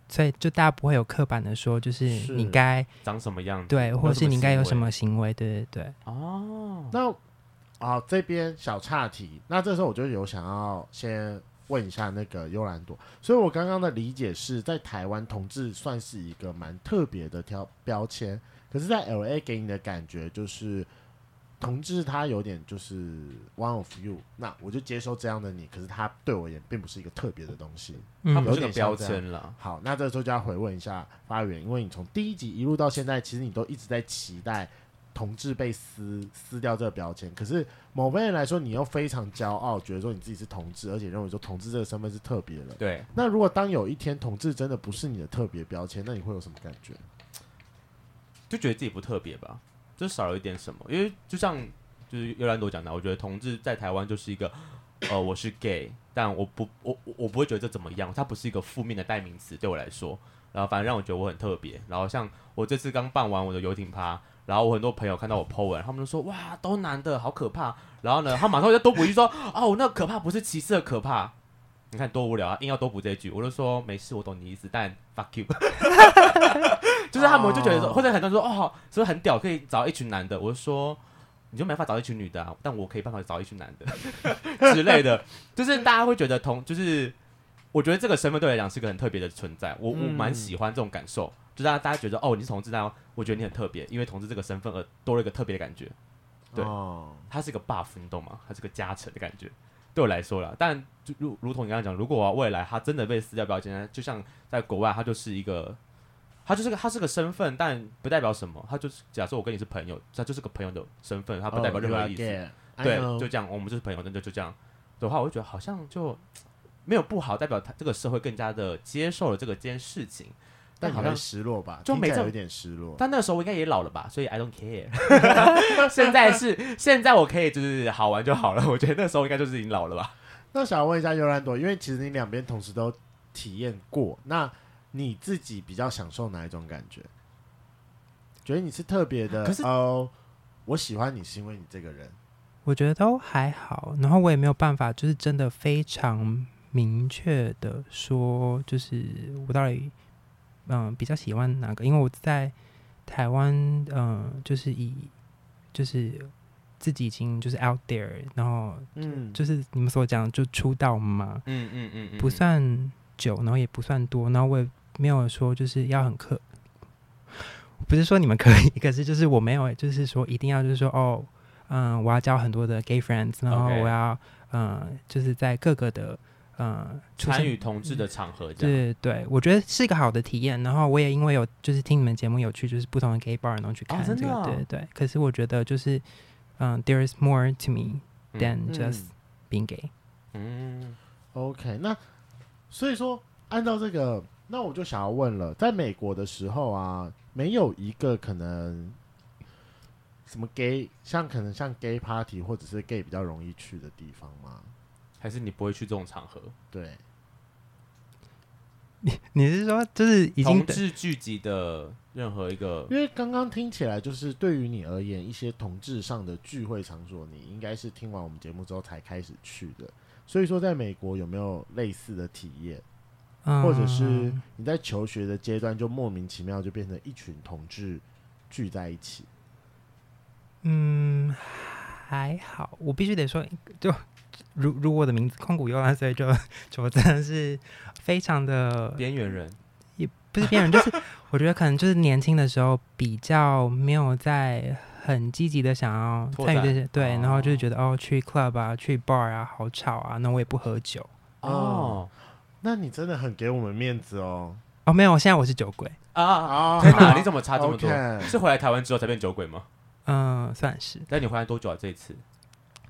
[SPEAKER 4] 所以就大家不会有刻板的说，就是
[SPEAKER 2] 是
[SPEAKER 4] 你该
[SPEAKER 1] 长什么样子？
[SPEAKER 4] 对，或
[SPEAKER 1] 有
[SPEAKER 4] 是你应该有什
[SPEAKER 1] 行为
[SPEAKER 4] 么行为，对对对。
[SPEAKER 1] 哦？
[SPEAKER 2] 那啊，这边小岔题。那这时候我就有想要先问一下那个幽兰朵，所以我刚刚的理解是在台湾同志算是一个蛮特别的挑标签，可是，在 L A 给你的感觉就是。同志他有点就是 one of you，那我就接受这样的你，可是他对我也并不是一个特别的东西。
[SPEAKER 1] 它
[SPEAKER 4] 嗯
[SPEAKER 1] 不是个
[SPEAKER 2] 有点像
[SPEAKER 1] 标
[SPEAKER 2] 这样
[SPEAKER 1] 签了。
[SPEAKER 2] 好，那这时候就要回问一下发源，因为你从第一集一路到现在，其实你都一直在期待同志被撕撕掉这个标签，可是某方面来说，你又非常骄傲，觉得说你自己是同志，而且认为说同志这个身份是特别的。
[SPEAKER 1] 对，
[SPEAKER 2] 那如果当有一天同志真的不是你的特别标签，那你会有什么感觉？
[SPEAKER 1] 就觉得自己不特别吧，就少了一点什么。因为就像就是尤兰朵讲的，啊我觉得同志在台湾就是一个，呃，我是 gay，但我不我我我不会觉得这怎么样，它不是一个负面的代名词对我来说。然后反正让我觉得我很特别。然后像我这次刚办完我的游艇趴，然后我很多朋友看到我 po 文，他们都说哇，都男的好可怕。然后呢，他马上就多补一句说，哦，那可怕不是歧视的可怕。你看多无聊啊！硬要多补这一句，我就说没事，我懂你意思，但 fuck you，就是他们就觉得说，
[SPEAKER 2] 哦
[SPEAKER 1] 或者很多人说哦，是不是很屌，可以找一群男的？我就说你就没办法找一群女的啊，但我可以办法找一群男的之类的，就是大家会觉得同，就是我觉得这个身份对我来讲是个很特别的存在，我我
[SPEAKER 2] 嗯
[SPEAKER 1] 蛮喜欢这种感受，就让大家觉得哦，你是同志，但我觉得你很特别，因为同志这个身份而多了一个特别的感觉，对
[SPEAKER 2] 哦，
[SPEAKER 1] 它是一个 buff，你懂吗？它是个加成的感觉，对我来说了。但就如如同你刚刚讲，如果、啊、未来他真的被撕掉标签，就像在国外，他就是一个，他就是个他是个身份，但不代表什么。他就是假设我跟你是朋友，他就是个朋友的身份，他不
[SPEAKER 2] 哦
[SPEAKER 1] 代表任
[SPEAKER 2] 啊
[SPEAKER 1] 何意思。
[SPEAKER 2] 哎
[SPEAKER 1] 对，就这样，我们就是朋友，那就就这样的话，我就觉得好像就没有不好，代表他这个社会更加的接受了这个这件事情。
[SPEAKER 2] 但
[SPEAKER 1] 但
[SPEAKER 2] 好
[SPEAKER 1] 好
[SPEAKER 2] 像
[SPEAKER 1] 像
[SPEAKER 2] 失落吧，
[SPEAKER 1] 就
[SPEAKER 2] 听
[SPEAKER 1] 没
[SPEAKER 2] 起来
[SPEAKER 1] 这
[SPEAKER 2] 有点失落。
[SPEAKER 1] 但那时候我应该也老了吧，所以 I don't care。现 在是现在我可以就是好玩就好了，我觉得那时候应该就是已经老了吧。
[SPEAKER 2] 那想问一下尤兰朵，因为其实你两边同时都体验过，那你自己比较享受哪一种感觉？觉得你是特别的
[SPEAKER 1] 可是
[SPEAKER 2] 哦，我喜欢你是因为你这个人，
[SPEAKER 4] 我觉得都还好，然后我也没有办法，就是真的非常明确的说，就是我到底嗯、比较喜欢哪个，因为我在台湾嗯、就是以就是自己已经就是 out there，然后
[SPEAKER 2] 嗯，
[SPEAKER 4] 就是你们所讲就出道嘛，
[SPEAKER 1] 嗯嗯嗯嗯
[SPEAKER 4] 不算久，然后也不算多，然后我也没有说就是要很刻，不是说你们可以，可是就是我没有，就是说一定要就是说哦，嗯，我要交很多的 gay friends，然后
[SPEAKER 1] OK
[SPEAKER 4] 我要嗯，就是在各个的嗯出
[SPEAKER 1] 参
[SPEAKER 4] 现
[SPEAKER 1] 与同志的场合这样。
[SPEAKER 4] 对对，我觉得是一个好的体验。然后我也因为有就是听你们节目有去就是不同的 gay bar，然后去
[SPEAKER 1] 哦
[SPEAKER 4] 看这
[SPEAKER 1] 真
[SPEAKER 4] 个，
[SPEAKER 1] 的啊
[SPEAKER 4] 对对。可是我觉得就是嗯，there's more to me
[SPEAKER 1] 嗯
[SPEAKER 4] than just being gay。
[SPEAKER 1] 嗯，
[SPEAKER 2] OK，那所以说，按照这个，那我就想要问了，在美国的时候啊，没有一个可能什么 gay，像可能像 gay party 或者是 gay 比较容易去的地方吗？
[SPEAKER 1] 还是你不会去这种场合？
[SPEAKER 2] 对，
[SPEAKER 4] 你是说就是已经
[SPEAKER 1] 同志聚集的任何一个
[SPEAKER 2] 因为刚刚听起来就是对于你而言，一些同志上的聚会场所，你应该是听完我们节目之后才开始去的。所以说，在美国有没有类似的体验，
[SPEAKER 4] 嗯
[SPEAKER 2] 或者是你在求学的阶段就莫名其妙就变成一群同志聚在一起？
[SPEAKER 4] 嗯，还好，我必须得说，就如如我的名字空谷幽兰，所以就 就我真的是非常的
[SPEAKER 1] 边缘人？
[SPEAKER 4] 不是边缘，就是 我觉得可能就是年轻的时候比较没有在很积极的想要
[SPEAKER 1] 拓
[SPEAKER 4] 参与
[SPEAKER 1] 展
[SPEAKER 4] 这些，对，然后就
[SPEAKER 1] 哦
[SPEAKER 4] 是觉得哦，去 club 啊，去 bar 啊，好吵啊，那我也不喝酒。
[SPEAKER 1] 哦
[SPEAKER 2] 那你真的很给我们面子哦！
[SPEAKER 4] 哦，没有，现在我是酒鬼，
[SPEAKER 1] 啊！
[SPEAKER 2] 啊
[SPEAKER 1] 天哪，你 怎么差这么多？
[SPEAKER 2] OK
[SPEAKER 1] 是回来台湾之后才变酒鬼吗？
[SPEAKER 4] 嗯、算是。
[SPEAKER 1] 那你回来多久啊？这一次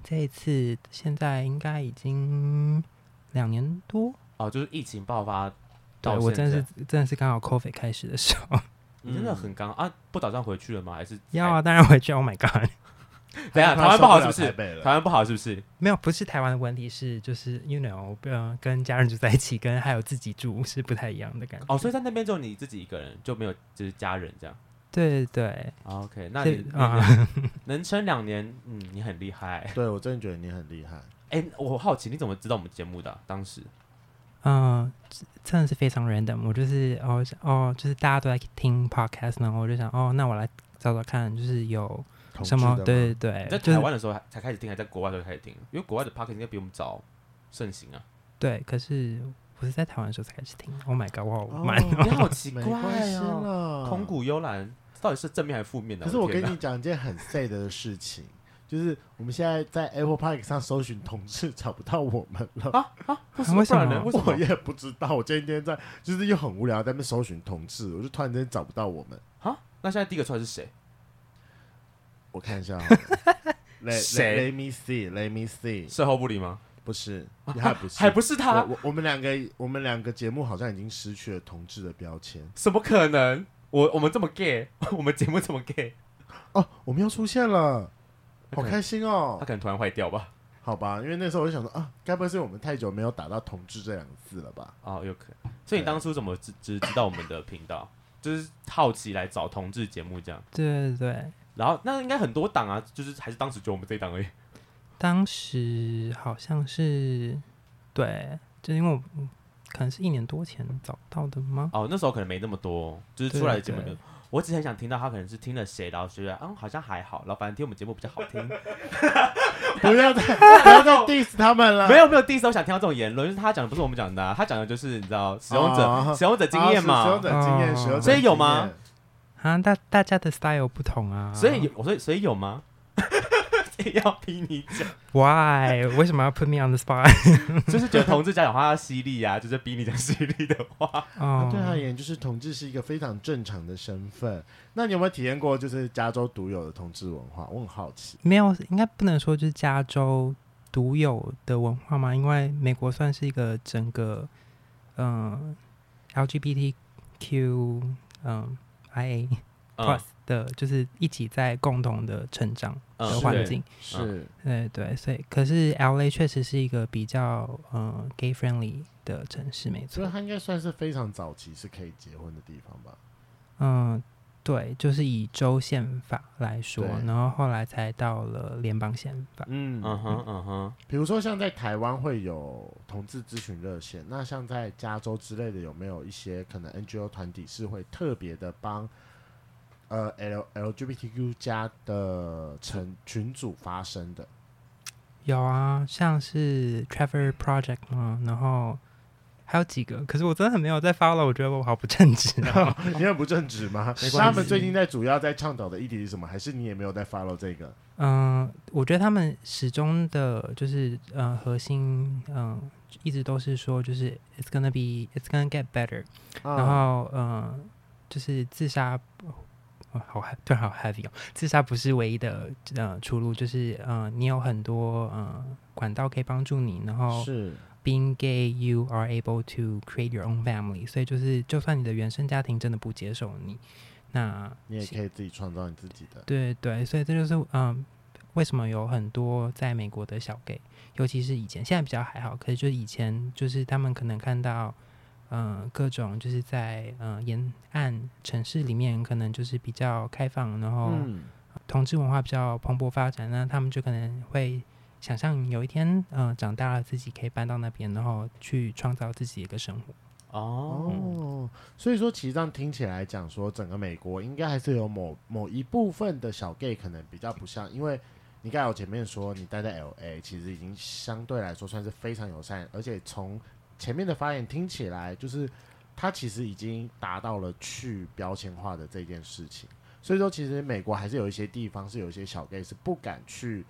[SPEAKER 4] 这一次现在应该已经两年多，
[SPEAKER 1] 哦，就是疫情爆发
[SPEAKER 4] 对
[SPEAKER 1] 到
[SPEAKER 4] 我真
[SPEAKER 1] 现
[SPEAKER 4] 的
[SPEAKER 1] 在
[SPEAKER 4] 是，真的是刚好 COVID 开始的时候，
[SPEAKER 1] 你真的很刚啊！不打算回去了吗？还是哎
[SPEAKER 4] 要啊，当然回去。Oh my god！
[SPEAKER 1] 等一下
[SPEAKER 2] 他
[SPEAKER 1] 台湾不好是不
[SPEAKER 2] 受了
[SPEAKER 1] 是
[SPEAKER 2] 台？北了
[SPEAKER 1] 台湾不好是不是？
[SPEAKER 4] 没有，不是台湾的问题，是就是 you know，呃，跟家人住在一起，跟还有自己住是不太一样的感觉。
[SPEAKER 1] 哦，所以在那边只有你自己一个人，就没有就是家人这样。
[SPEAKER 4] 对对，
[SPEAKER 1] 啊 OK，那
[SPEAKER 4] 所
[SPEAKER 1] 你
[SPEAKER 4] 以
[SPEAKER 1] 啊
[SPEAKER 4] 啊，
[SPEAKER 1] 能撑两年，嗯，你很厉害。
[SPEAKER 2] 对我真的觉得你很厉害。
[SPEAKER 1] 哎，我好奇你怎么知道我们节目的啊？当时
[SPEAKER 4] 嗯、真的是非常 random。我就是哦想哦，就是大家都在听 podcast，然后我就想哦，那我来找找看，就是有
[SPEAKER 2] 同志
[SPEAKER 4] 什么
[SPEAKER 2] 的？吗
[SPEAKER 4] 对对
[SPEAKER 1] 你在
[SPEAKER 4] 对，
[SPEAKER 1] 台
[SPEAKER 4] 就是
[SPEAKER 1] 湾的时候还才开始听，还在国外的时候开始听，因为国外的 p o c k e t 应该比我们早盛行啊。
[SPEAKER 4] 对。可是我是在台湾的时候才开始听。Oh my god，我好
[SPEAKER 2] 哦
[SPEAKER 4] 慢哦。
[SPEAKER 1] 你好奇
[SPEAKER 2] 没
[SPEAKER 1] 怪
[SPEAKER 2] 关系
[SPEAKER 1] 哦，
[SPEAKER 2] 了，
[SPEAKER 1] 空谷幽兰到底是正面还是负面的？
[SPEAKER 2] 嗯可是我
[SPEAKER 1] 的天
[SPEAKER 2] 跟
[SPEAKER 1] 哪
[SPEAKER 2] 你讲一件很 sad 的事情，就是我们现在在 Apple Park 上搜寻同事找不到我们了。
[SPEAKER 1] 啊啊，为什么
[SPEAKER 4] 为什
[SPEAKER 1] 不
[SPEAKER 4] 么
[SPEAKER 1] 然呢？为什
[SPEAKER 2] 我
[SPEAKER 1] 么？
[SPEAKER 2] 也不知道，我今天在就是又很无聊，在那边搜寻同志，我就突然间找不到我们。
[SPEAKER 1] 啊，那现在第一个出来是谁？
[SPEAKER 2] 我看一下好了，Let-
[SPEAKER 1] 谁
[SPEAKER 2] ？Let me see，Let me see，
[SPEAKER 1] 售后不理吗？
[SPEAKER 2] 不是，还不是，
[SPEAKER 1] 啊还不是他
[SPEAKER 2] 我？我我们两个我们两个节目好像已经失去了同志的标签
[SPEAKER 1] 怎么可能？我我们这么 gay，我 们节目这么 gay，
[SPEAKER 2] 哦，我们又出现了，
[SPEAKER 1] 他可
[SPEAKER 2] 好
[SPEAKER 1] 能
[SPEAKER 2] 开心
[SPEAKER 1] 他
[SPEAKER 2] 哦！
[SPEAKER 1] 可能突然坏掉吧？
[SPEAKER 2] 好吧，因为那时候我就想说啊，该不会是我们太久没有打到同志这两个字了吧？
[SPEAKER 1] 哦，有可能。 所以你当初怎么知知知道我们的频道？就是好奇来找同志节目这样。
[SPEAKER 4] 对对对，
[SPEAKER 1] 然后那应该很多档啊，就是还是当时就我们这一档而已。
[SPEAKER 4] 当时好像是对，就因为我嗯可能是一年多前找到的吗？
[SPEAKER 1] 哦，那时候可能没那么多，就是出来的节目没有
[SPEAKER 4] 对
[SPEAKER 1] 我只很想听到他可能是听了谁，然后觉得嗯好像还好，然后反正听我们节目比较好 听。
[SPEAKER 2] 不要再 不要再 diss 他们了，啊
[SPEAKER 1] 没有没有，第一次我想听到这种言论，就是他讲的不是我们讲的、啊，他讲的就是你知道使用者、
[SPEAKER 2] 哦
[SPEAKER 1] 使用者经验
[SPEAKER 2] 啊
[SPEAKER 1] 嘛。
[SPEAKER 2] 使用者经验，
[SPEAKER 4] 哦
[SPEAKER 2] 使用者
[SPEAKER 1] 所以有吗
[SPEAKER 2] 经验？
[SPEAKER 4] 啊，大大家的 style 不同啊，
[SPEAKER 1] 所以有，我所以所以有吗？要逼你讲，
[SPEAKER 4] Why？为 什么要 put me on the spot？
[SPEAKER 1] 就是觉得同志讲话要犀利啊，就是逼你讲犀利的 话。
[SPEAKER 4] 哦、
[SPEAKER 2] 对他啊而言，就是同志是一个非常正常的身份。那你有没有体验过就是加州独有的同志文化？我很好奇。
[SPEAKER 4] 没有，应该不能说就是加州独有的文化嘛，因为美国算是一个整个嗯、LGBTQ 嗯、IA
[SPEAKER 1] 嗯
[SPEAKER 4] plus 的，就是一起在共同的成长
[SPEAKER 1] 嗯
[SPEAKER 2] 哦
[SPEAKER 4] 的
[SPEAKER 2] 是
[SPEAKER 4] 环境。
[SPEAKER 2] 是，
[SPEAKER 4] 对对，所以可是 L A 确实是一个比较嗯 gay friendly 的城市，没
[SPEAKER 2] 所以
[SPEAKER 4] 错。
[SPEAKER 2] 他应该算是非常早期是可以结婚的地方吧？
[SPEAKER 4] 嗯，对，就是以州宪法来说
[SPEAKER 2] 对，
[SPEAKER 4] 然后后来才到了联邦宪法。
[SPEAKER 2] 嗯
[SPEAKER 1] 嗯哼嗯哼，
[SPEAKER 2] 比如说像在台湾会有同志咨询热线，那像在加州之类的有没有一些可能 NGO 团体是会特别的帮呃 L LGBTQ 加的成群组发声的？
[SPEAKER 4] 有啊，像是 Trevor Project 嘛，然后还有几个，可是我真的很没有在 follow，我觉得我好不正直啊。
[SPEAKER 2] 你很不正直 吗？
[SPEAKER 1] 没关系
[SPEAKER 2] 那他们最近在主要在倡导的议题是什么？还是你也没有在 follow 这个？
[SPEAKER 4] 嗯、我觉得他们始终的就是呃核心嗯、呃一直都是说就是 it's gonna be it's gonna get better，、
[SPEAKER 2] 啊
[SPEAKER 4] 然后嗯、呃就是自杀。哦、好 he- 突然好 heavy 哦！自杀不是唯一的呃出路，就是呃，你有很多呃管道可以帮助你，然后
[SPEAKER 2] 是
[SPEAKER 4] being gay, you are able to create your own family。所以就是，就算你的原生家庭真的不接受你，那
[SPEAKER 2] 你也可以自己创造你自己的。
[SPEAKER 4] 对对，所以这就是嗯，为什么有很多在美国的小 gay，尤其是以前，现在比较还好，可是就是以前就是他们可能看到。嗯，各种就是在嗯沿岸城市里面，可能就是比较开放，然后
[SPEAKER 2] 嗯，
[SPEAKER 4] 同志文化比较蓬勃发展，那他们就可能会想象有一天，呃，长大了自己可以搬到那边，然后去创造自己的一个生活。
[SPEAKER 1] 哦，
[SPEAKER 2] 哦，所以说其实这样听起来讲说，整个美国应该还是有某某一部分的小 gay 可能比较不像，因为你刚才我前面说你待在 LA，其实已经相对来说算是非常友善，而且从前面的发言听起来，就是他其实已经达到了去标签化的这件事情。所以说，其实美国还是有一些地方是有一些小 gay 是不敢去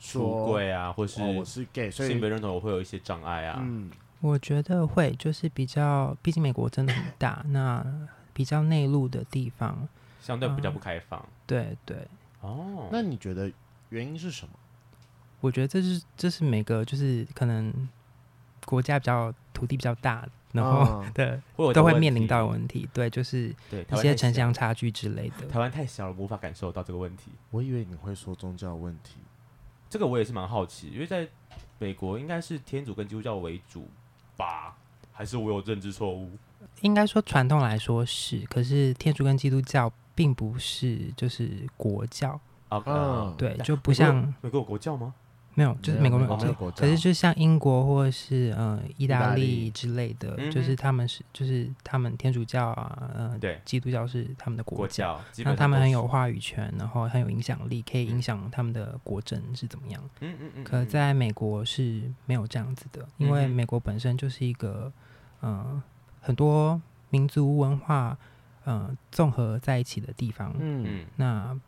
[SPEAKER 1] 出
[SPEAKER 2] 说
[SPEAKER 1] 柜啊，或是
[SPEAKER 2] 哦我是 gay，所
[SPEAKER 1] 性别
[SPEAKER 2] 以
[SPEAKER 1] 认同会有一些障碍啊。
[SPEAKER 2] 嗯，
[SPEAKER 4] 我觉得会，就是比较，毕竟美国真的很大，那比较内陆的地方，
[SPEAKER 1] 相对比较不开放。
[SPEAKER 4] 对对，
[SPEAKER 1] 哦，
[SPEAKER 2] 那你觉得原因是什么？
[SPEAKER 4] 我觉得这是这是每个就是可能国家比较土地比较大，然后
[SPEAKER 2] 嗯
[SPEAKER 4] 的、
[SPEAKER 1] 会有
[SPEAKER 4] 都
[SPEAKER 1] 这
[SPEAKER 4] 会
[SPEAKER 1] 个问
[SPEAKER 4] 面临
[SPEAKER 1] 题
[SPEAKER 4] 到的问题，对，就是
[SPEAKER 1] 对台
[SPEAKER 4] 一
[SPEAKER 1] 湾
[SPEAKER 4] 些
[SPEAKER 1] 太
[SPEAKER 4] 城
[SPEAKER 1] 小
[SPEAKER 4] 乡差距之类的。
[SPEAKER 1] 台湾太小了，无法感受到这个问题。
[SPEAKER 2] 我以为你会说宗教问题。
[SPEAKER 1] 这个我也是蛮好奇，因为在美国应该是天主跟基督教为主吧？还是我有认知错误？
[SPEAKER 4] 应该说传统来说是，可是天主跟基督教并不是就是国教，
[SPEAKER 1] 啊、
[SPEAKER 2] 嗯
[SPEAKER 4] 对，
[SPEAKER 1] 但
[SPEAKER 4] 就不像
[SPEAKER 1] 美国有国教吗？
[SPEAKER 4] 没有，就是
[SPEAKER 2] 没
[SPEAKER 4] 美
[SPEAKER 2] 有
[SPEAKER 4] 国
[SPEAKER 2] 美
[SPEAKER 4] 没
[SPEAKER 2] 国
[SPEAKER 4] 有
[SPEAKER 2] 没有
[SPEAKER 4] 这
[SPEAKER 2] 国教
[SPEAKER 4] 可是就像英国或是呃意
[SPEAKER 2] 意大
[SPEAKER 4] 大
[SPEAKER 2] 利
[SPEAKER 4] 利之类的
[SPEAKER 1] 嗯，哼
[SPEAKER 4] 就是他们是就是他们天主教啊，呃，
[SPEAKER 1] 对，
[SPEAKER 4] 基督教是他们的
[SPEAKER 1] 国
[SPEAKER 4] 国教。
[SPEAKER 1] 教，基
[SPEAKER 4] 那
[SPEAKER 1] 本
[SPEAKER 4] 嗯他
[SPEAKER 1] 上
[SPEAKER 4] 们
[SPEAKER 1] 都
[SPEAKER 4] 很
[SPEAKER 1] 是
[SPEAKER 4] 有，话语权，然后很有影响力，可
[SPEAKER 1] 嗯
[SPEAKER 4] 以影响他们的国政是怎么样。
[SPEAKER 1] 嗯嗯嗯，
[SPEAKER 4] 可
[SPEAKER 1] 嗯
[SPEAKER 4] 在美国是没有这样子的，因为
[SPEAKER 1] 嗯哼
[SPEAKER 4] 美国本身就是一个呃很多民族文化呃综合在一起的地方。
[SPEAKER 2] 嗯，
[SPEAKER 1] 嗯
[SPEAKER 4] 那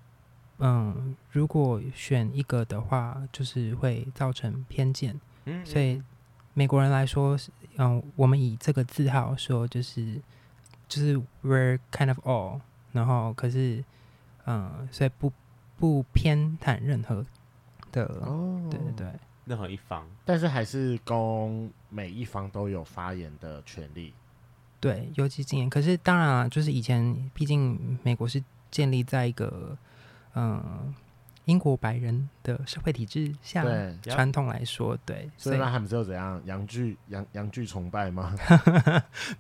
[SPEAKER 4] 嗯，如果选一个的话，就是会造成偏见。
[SPEAKER 1] 嗯，
[SPEAKER 4] 所以美国人来说，是嗯，我们以这个字号说，就是就是 we're kind of all，然后可是嗯，所以不不偏袒任何的。
[SPEAKER 2] 哦
[SPEAKER 4] 对对对。
[SPEAKER 1] 任何一方，
[SPEAKER 2] 但是还是供每一方都有发言的权利。
[SPEAKER 4] 对，尤其今年。可是当然啊，就是以前，毕竟美国是建立在一个嗯、呃英国白人的社会体制下，
[SPEAKER 2] 对
[SPEAKER 4] 传统来说，对，
[SPEAKER 2] 所
[SPEAKER 4] 所
[SPEAKER 2] 以
[SPEAKER 4] 以
[SPEAKER 2] 那他们只有怎样洋剧洋洋剧崇拜吗？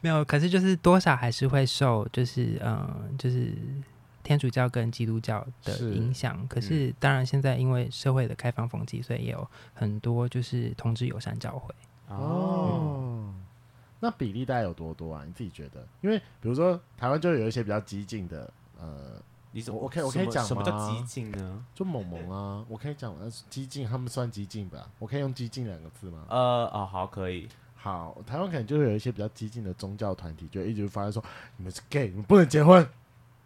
[SPEAKER 4] 没有。可是就是多少还是会受，就是嗯、呃就是天主教跟基督教的
[SPEAKER 2] 是嗯
[SPEAKER 4] 影响。可是当然，现在因为社会的开放风气，所以也有很多就是同志友善教会。
[SPEAKER 1] 哦，
[SPEAKER 2] 哦，那比例大概有多多啊？你自己觉得？因为比如说台湾就有一些比较激进的，呃，
[SPEAKER 1] 你怎么
[SPEAKER 2] 我我可以我可以
[SPEAKER 1] 什么
[SPEAKER 2] 讲
[SPEAKER 1] 什么叫
[SPEAKER 2] 吗
[SPEAKER 1] 激进呢？
[SPEAKER 2] 就某萌啊，我可以讲，呃，激进，他们算激进吧？我可以用激进两个字吗？
[SPEAKER 1] 呃，哦，好，可以，
[SPEAKER 2] 好，台湾可能就会有一些比较激进的宗教团体，就一直发现说你们是 gay，你们不能结婚，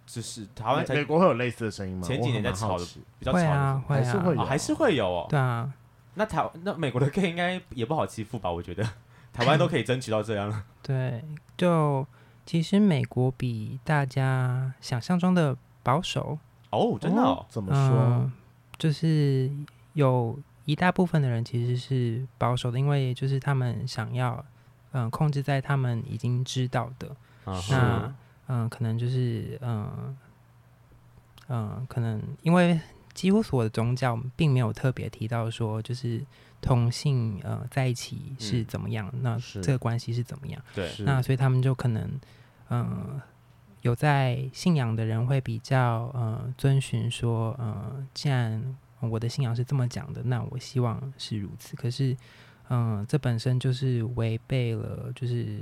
[SPEAKER 1] 只是台湾才
[SPEAKER 2] 美美国会有类似的声音吗？
[SPEAKER 1] 哎前几年在
[SPEAKER 2] 我很好
[SPEAKER 1] 吵的
[SPEAKER 2] 奇
[SPEAKER 1] 比较吵
[SPEAKER 4] 会
[SPEAKER 1] 的
[SPEAKER 4] 啊，会
[SPEAKER 2] 还是会
[SPEAKER 1] 哦，
[SPEAKER 4] 啊，
[SPEAKER 2] 有
[SPEAKER 1] 还是会有哦。
[SPEAKER 4] 对啊，
[SPEAKER 1] 那台那美国的 gay 应该也不好欺负吧？我觉得 台湾都可以争取到这样了。
[SPEAKER 4] 对，就其实美国比大家想象中的保守，
[SPEAKER 1] 哦，真的哦，
[SPEAKER 2] 怎么
[SPEAKER 4] 嗯、
[SPEAKER 2] 说？
[SPEAKER 4] 就是有一大部分的人其实是保守的，因为就是他们想要嗯、控制在他们已经知道的，
[SPEAKER 1] 嗯
[SPEAKER 2] 啊是
[SPEAKER 4] 那嗯、可能就是嗯嗯、可能因为几乎所有的宗教并没有特别提到说就是同性呃在一起是
[SPEAKER 1] 嗯
[SPEAKER 4] 怎么样，那
[SPEAKER 2] 是
[SPEAKER 4] 这个关系是怎么样。
[SPEAKER 1] 对，
[SPEAKER 2] 是
[SPEAKER 4] 那所以他们就可能，嗯、有在信仰的人会比较呃遵循说，呃，既然我的信仰是这么讲的，那我希望是如此。可是，嗯、这本身就是违背了，就是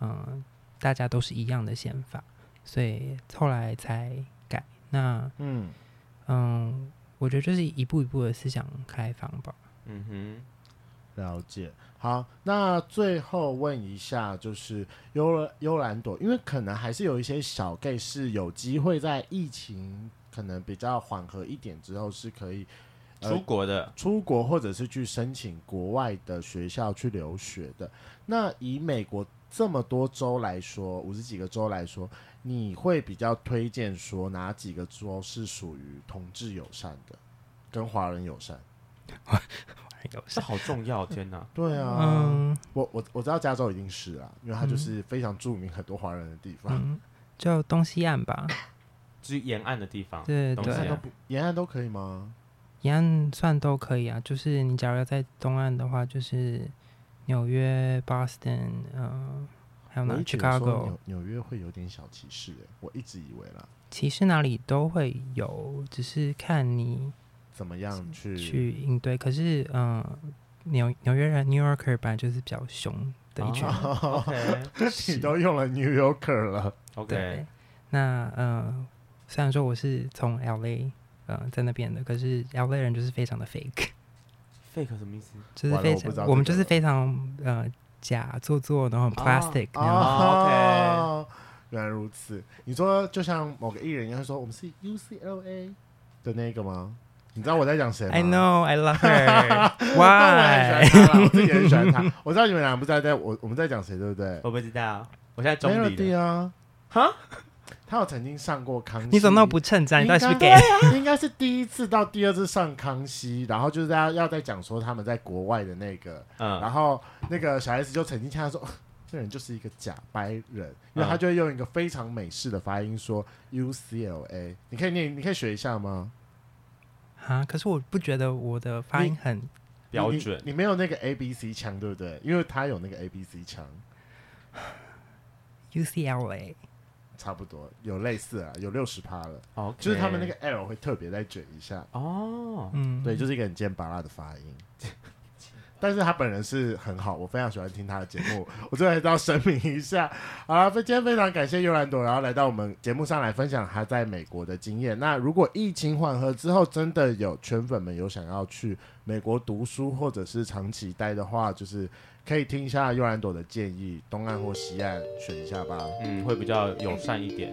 [SPEAKER 4] 嗯、呃大家都是一样的宪法，所以后来才改。那
[SPEAKER 2] 嗯，
[SPEAKER 4] 嗯、我觉得就是一步一步的思想开放吧。
[SPEAKER 1] 嗯哼，
[SPEAKER 2] 了解。好，那最后问一下，就是幽幽兰朵，因为可能还是有一些小 gay 是有机会在疫情可能比较缓和一点之后，是可以呃
[SPEAKER 1] 出国的
[SPEAKER 2] 出国或者是去申请国外的学校去留学的。那以美国这么多州来说，五十几个州来说，你会比较推荐说哪几个州是属于同志友善的，跟华人友善？
[SPEAKER 1] 这好重要，天哪！
[SPEAKER 2] 对啊，
[SPEAKER 4] 嗯。
[SPEAKER 2] 我我我知道加州一定是啊，因为它就是非常著名很多华人的地方，
[SPEAKER 4] 嗯，就东西岸吧，
[SPEAKER 1] 至于沿岸的地方，
[SPEAKER 4] 对
[SPEAKER 1] 东
[SPEAKER 4] 对啊
[SPEAKER 1] 西岸
[SPEAKER 2] 那都不沿岸都可以吗？
[SPEAKER 4] 沿岸算都可以啊，就是你假如要在东岸的话，就是纽约、Boston，呃，还有
[SPEAKER 2] 我
[SPEAKER 4] 哪
[SPEAKER 2] 一直有说
[SPEAKER 4] Chicago，
[SPEAKER 2] 纽纽约会有点小歧视耶，欸我一直以为啦，
[SPEAKER 4] 其实哪里都会有，只是看你
[SPEAKER 2] 怎么样去
[SPEAKER 4] 去应对。可是，嗯、纽纽约人 New Yorker 本来就是比较凶的一群人，
[SPEAKER 1] OK
[SPEAKER 2] 哦 你都用了 New Yorker 了。
[SPEAKER 1] OK，
[SPEAKER 4] 对。那呃，虽然说我是从 LA 呃在那边的，可是 LA 人就是非常的 fake。
[SPEAKER 1] fake 什么意思？
[SPEAKER 4] 就是
[SPEAKER 2] 完了
[SPEAKER 4] 非
[SPEAKER 2] 我不知道
[SPEAKER 4] 常，
[SPEAKER 2] 这
[SPEAKER 4] 我们
[SPEAKER 2] 个
[SPEAKER 4] 就是
[SPEAKER 2] 了
[SPEAKER 4] 非常呃假做作，然后很
[SPEAKER 1] 哦
[SPEAKER 4] plastic，、然
[SPEAKER 1] 哦
[SPEAKER 2] 哦，
[SPEAKER 4] 后、
[SPEAKER 2] 啊 原来如此。你说就像某个艺人一样说我们是 UCLA 的那个吗？你知道我在讲谁吗
[SPEAKER 4] I know I love her
[SPEAKER 2] 但 我很
[SPEAKER 4] why
[SPEAKER 2] 喜欢他啦，我自己也很喜欢他。我知道你们俩不知道在我我们在讲谁，对不对
[SPEAKER 1] 我不知道，我现在 中立了。
[SPEAKER 2] ？Melody 啊，
[SPEAKER 1] 哈，
[SPEAKER 2] 他有曾经上过康熙，
[SPEAKER 4] 你怎么那么不称赞？你
[SPEAKER 2] 应
[SPEAKER 4] 到
[SPEAKER 2] 该
[SPEAKER 4] 底是不是 gay？
[SPEAKER 2] 应该是第一次到第二次上康熙，然后就是大家要在讲说他们在国外的那个，然
[SPEAKER 1] 嗯，
[SPEAKER 2] 后那个小 S 就曾经呛他说：“ 这人就是一个假白人。”
[SPEAKER 1] 嗯
[SPEAKER 2] 因为他就会用一个非常美式的发音说 “UCLA”。你可以念，你可以学一下吗？
[SPEAKER 4] 啊！可是我不觉得我的发音很
[SPEAKER 1] 标
[SPEAKER 2] 你
[SPEAKER 1] 准
[SPEAKER 2] 你，你没有那个 A B C 腔，对不对？因为他有那个 A B C 腔，
[SPEAKER 4] UCLA，
[SPEAKER 2] 差不多有类似啊，有六十趴了。
[SPEAKER 1] 哦，
[SPEAKER 2] 就是他们那个 L 会特别再卷一下，
[SPEAKER 1] 哦，
[SPEAKER 4] 嗯，
[SPEAKER 2] 对，就是一个很尖巴拉的发音。 但是他本人是很好，我非常喜欢听他的节目，我最后还是要声明一下。好了，非今天非常感谢尤兰朵，然后来到我们节目上来分享他在美国的经验。那如果疫情缓和之后，真的有圈粉们有想要去美国读书或者是长期待的话，就是可以听一下尤兰朵的建议，东岸或西岸选一下吧。
[SPEAKER 1] 嗯，会比较友善一点。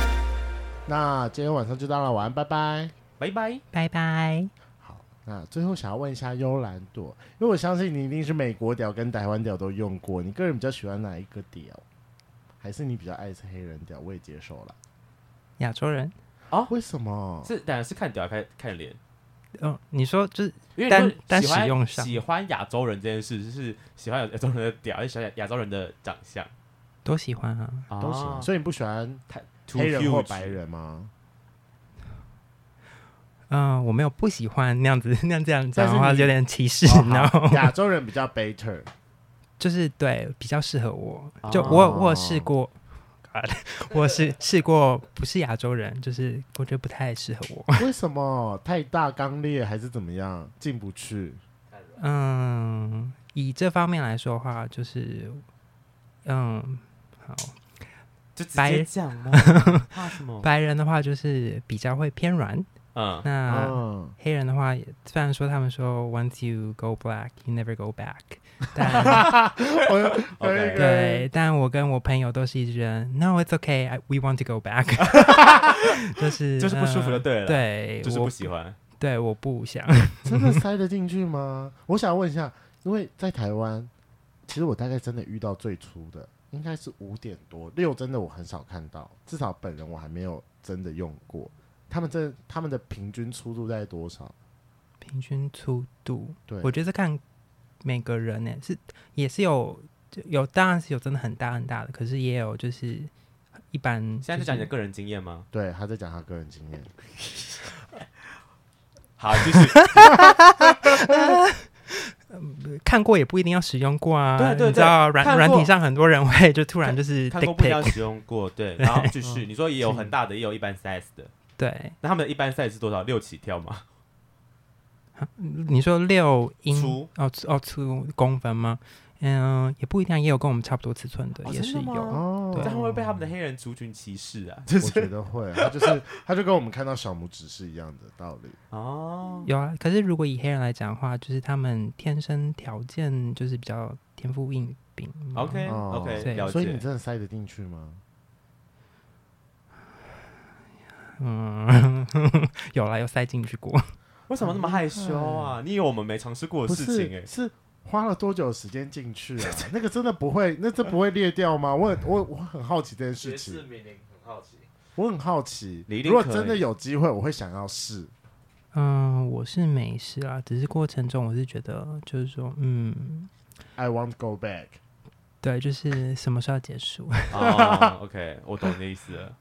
[SPEAKER 2] 那今天晚上就到了，晚安，拜拜。
[SPEAKER 1] 拜拜。
[SPEAKER 4] 拜拜。
[SPEAKER 2] 好，那最后想要问一下幽兰朵，因为我相信你一定是美国屌跟台湾屌都用过，你个人比较喜欢哪一个屌？还是你比较爱黑人屌？我也接受了。
[SPEAKER 4] 亚洲人，
[SPEAKER 2] 为什么？
[SPEAKER 1] 是，当然是看屌还是看看脸，
[SPEAKER 4] 嗯、你说就是
[SPEAKER 1] 因为
[SPEAKER 4] 但
[SPEAKER 1] 你说
[SPEAKER 4] 但
[SPEAKER 1] 喜欢
[SPEAKER 4] 使用上
[SPEAKER 1] 喜欢亚洲人这件事，就是喜欢亚洲人的屌，还是喜欢亚洲人的长相，
[SPEAKER 4] 多喜欢啊，
[SPEAKER 2] 都喜
[SPEAKER 1] 哦
[SPEAKER 2] 欢，所以你不喜欢
[SPEAKER 1] 以
[SPEAKER 2] 黑人或白。人吗？
[SPEAKER 4] 嗯、我没有不喜欢那样子，那 样这样讲
[SPEAKER 2] 但是
[SPEAKER 4] 的话
[SPEAKER 2] 你
[SPEAKER 4] 有点歧视，
[SPEAKER 2] 哦
[SPEAKER 4] 然
[SPEAKER 2] 好
[SPEAKER 4] 后
[SPEAKER 2] 亚洲人比较 better。
[SPEAKER 4] 就是对比较适合我，就
[SPEAKER 1] 哦
[SPEAKER 4] 我有我有试过， God，我是试过不是亚洲人，就是我觉得不太适合我。
[SPEAKER 2] 为什么太大刚烈还是怎么样进不去？
[SPEAKER 4] 嗯，以这方面来说的话，就是嗯，好，
[SPEAKER 1] 就直
[SPEAKER 4] 白
[SPEAKER 1] 接讲 嘛，怕什么？
[SPEAKER 4] 白人的话就是比较会偏软，
[SPEAKER 1] 嗯，
[SPEAKER 4] 那。
[SPEAKER 2] 嗯，
[SPEAKER 4] 黑人的话，虽然说他们说 once you go black, you never go back，但
[SPEAKER 2] 我有一
[SPEAKER 1] OK
[SPEAKER 2] 个
[SPEAKER 4] 对，但我跟我朋友都是一直觉得 no, it's okay, I, we want to go back，就是
[SPEAKER 1] 就是不舒服就
[SPEAKER 4] 呃
[SPEAKER 1] 对了，，
[SPEAKER 4] 对，
[SPEAKER 1] 就是
[SPEAKER 4] 我
[SPEAKER 1] 不喜欢。
[SPEAKER 4] 对，我不想，
[SPEAKER 2] 真的塞得进去吗？我想问一下，因为在台湾，其实我大概真的遇到最初的应该是五点多六，真的我很少看到，至少本人我还没有真的用过。他们这他们的平均粗度大概多少？
[SPEAKER 4] 平均粗度，
[SPEAKER 2] 对，
[SPEAKER 4] 我觉得是看每个人呢、是也是有有，当然是有真的很大很大的，可是也有就是一般、就是。
[SPEAKER 1] 现在就讲你的个人经验吗？
[SPEAKER 2] 对，他在讲他个人经验。
[SPEAKER 1] 好，继续。
[SPEAKER 4] 看过也不一定要使用过啊，
[SPEAKER 1] 对对对
[SPEAKER 4] 你知道软
[SPEAKER 1] 看过
[SPEAKER 4] 软体上很多人会就突然就是
[SPEAKER 1] 看
[SPEAKER 4] dick
[SPEAKER 1] 过不一定要
[SPEAKER 4] pic，
[SPEAKER 1] 使用过， 对，然后继续。
[SPEAKER 2] 嗯
[SPEAKER 1] 你说也有很大的，也有一般 size 的，
[SPEAKER 4] 对，
[SPEAKER 1] 那他们的一般 size 是多少？六起跳吗？
[SPEAKER 4] 你说六英
[SPEAKER 1] 粗
[SPEAKER 4] 哦粗哦粗公分吗？嗯，也不一定，也有跟我们差不多尺寸的，
[SPEAKER 1] 哦
[SPEAKER 4] 也是
[SPEAKER 1] 真的吗
[SPEAKER 4] 有。
[SPEAKER 2] 哦，
[SPEAKER 1] 这
[SPEAKER 4] 对
[SPEAKER 1] 样会不会被他们的黑人族群歧视啊？
[SPEAKER 2] 我觉得会，他就是他就跟我们看到小拇指是一样的道理。
[SPEAKER 1] 哦，
[SPEAKER 4] 有啊，可是如果以黑人来讲的话，就是他们天生条件就是比较天赋异禀嘛。
[SPEAKER 1] OK
[SPEAKER 2] 哦
[SPEAKER 1] OK，
[SPEAKER 4] 对
[SPEAKER 1] 了
[SPEAKER 2] 所以你
[SPEAKER 1] 解。
[SPEAKER 2] 真的塞得进去吗？
[SPEAKER 4] 嗯，有啦，有塞进去过。
[SPEAKER 1] 为什么那么害羞啊？你以为我们没尝试过的
[SPEAKER 2] 不
[SPEAKER 1] 事情
[SPEAKER 2] 是，
[SPEAKER 1] 哎？
[SPEAKER 2] 是花了多久时间进去 啊？那个真的不会，那这不会裂掉吗？我我我很好奇这件事情，
[SPEAKER 1] 敏玲很好奇。
[SPEAKER 2] 我很好奇。
[SPEAKER 1] 你一定
[SPEAKER 2] 如果
[SPEAKER 1] 可以
[SPEAKER 2] 真的有机会，我会想要试。
[SPEAKER 4] 嗯，我是没事啊，只是过程中我是觉得就是说，嗯，
[SPEAKER 2] I want go back。
[SPEAKER 4] 对，就是什么时候要结束？
[SPEAKER 1] 哦，OK，我懂你的意思了。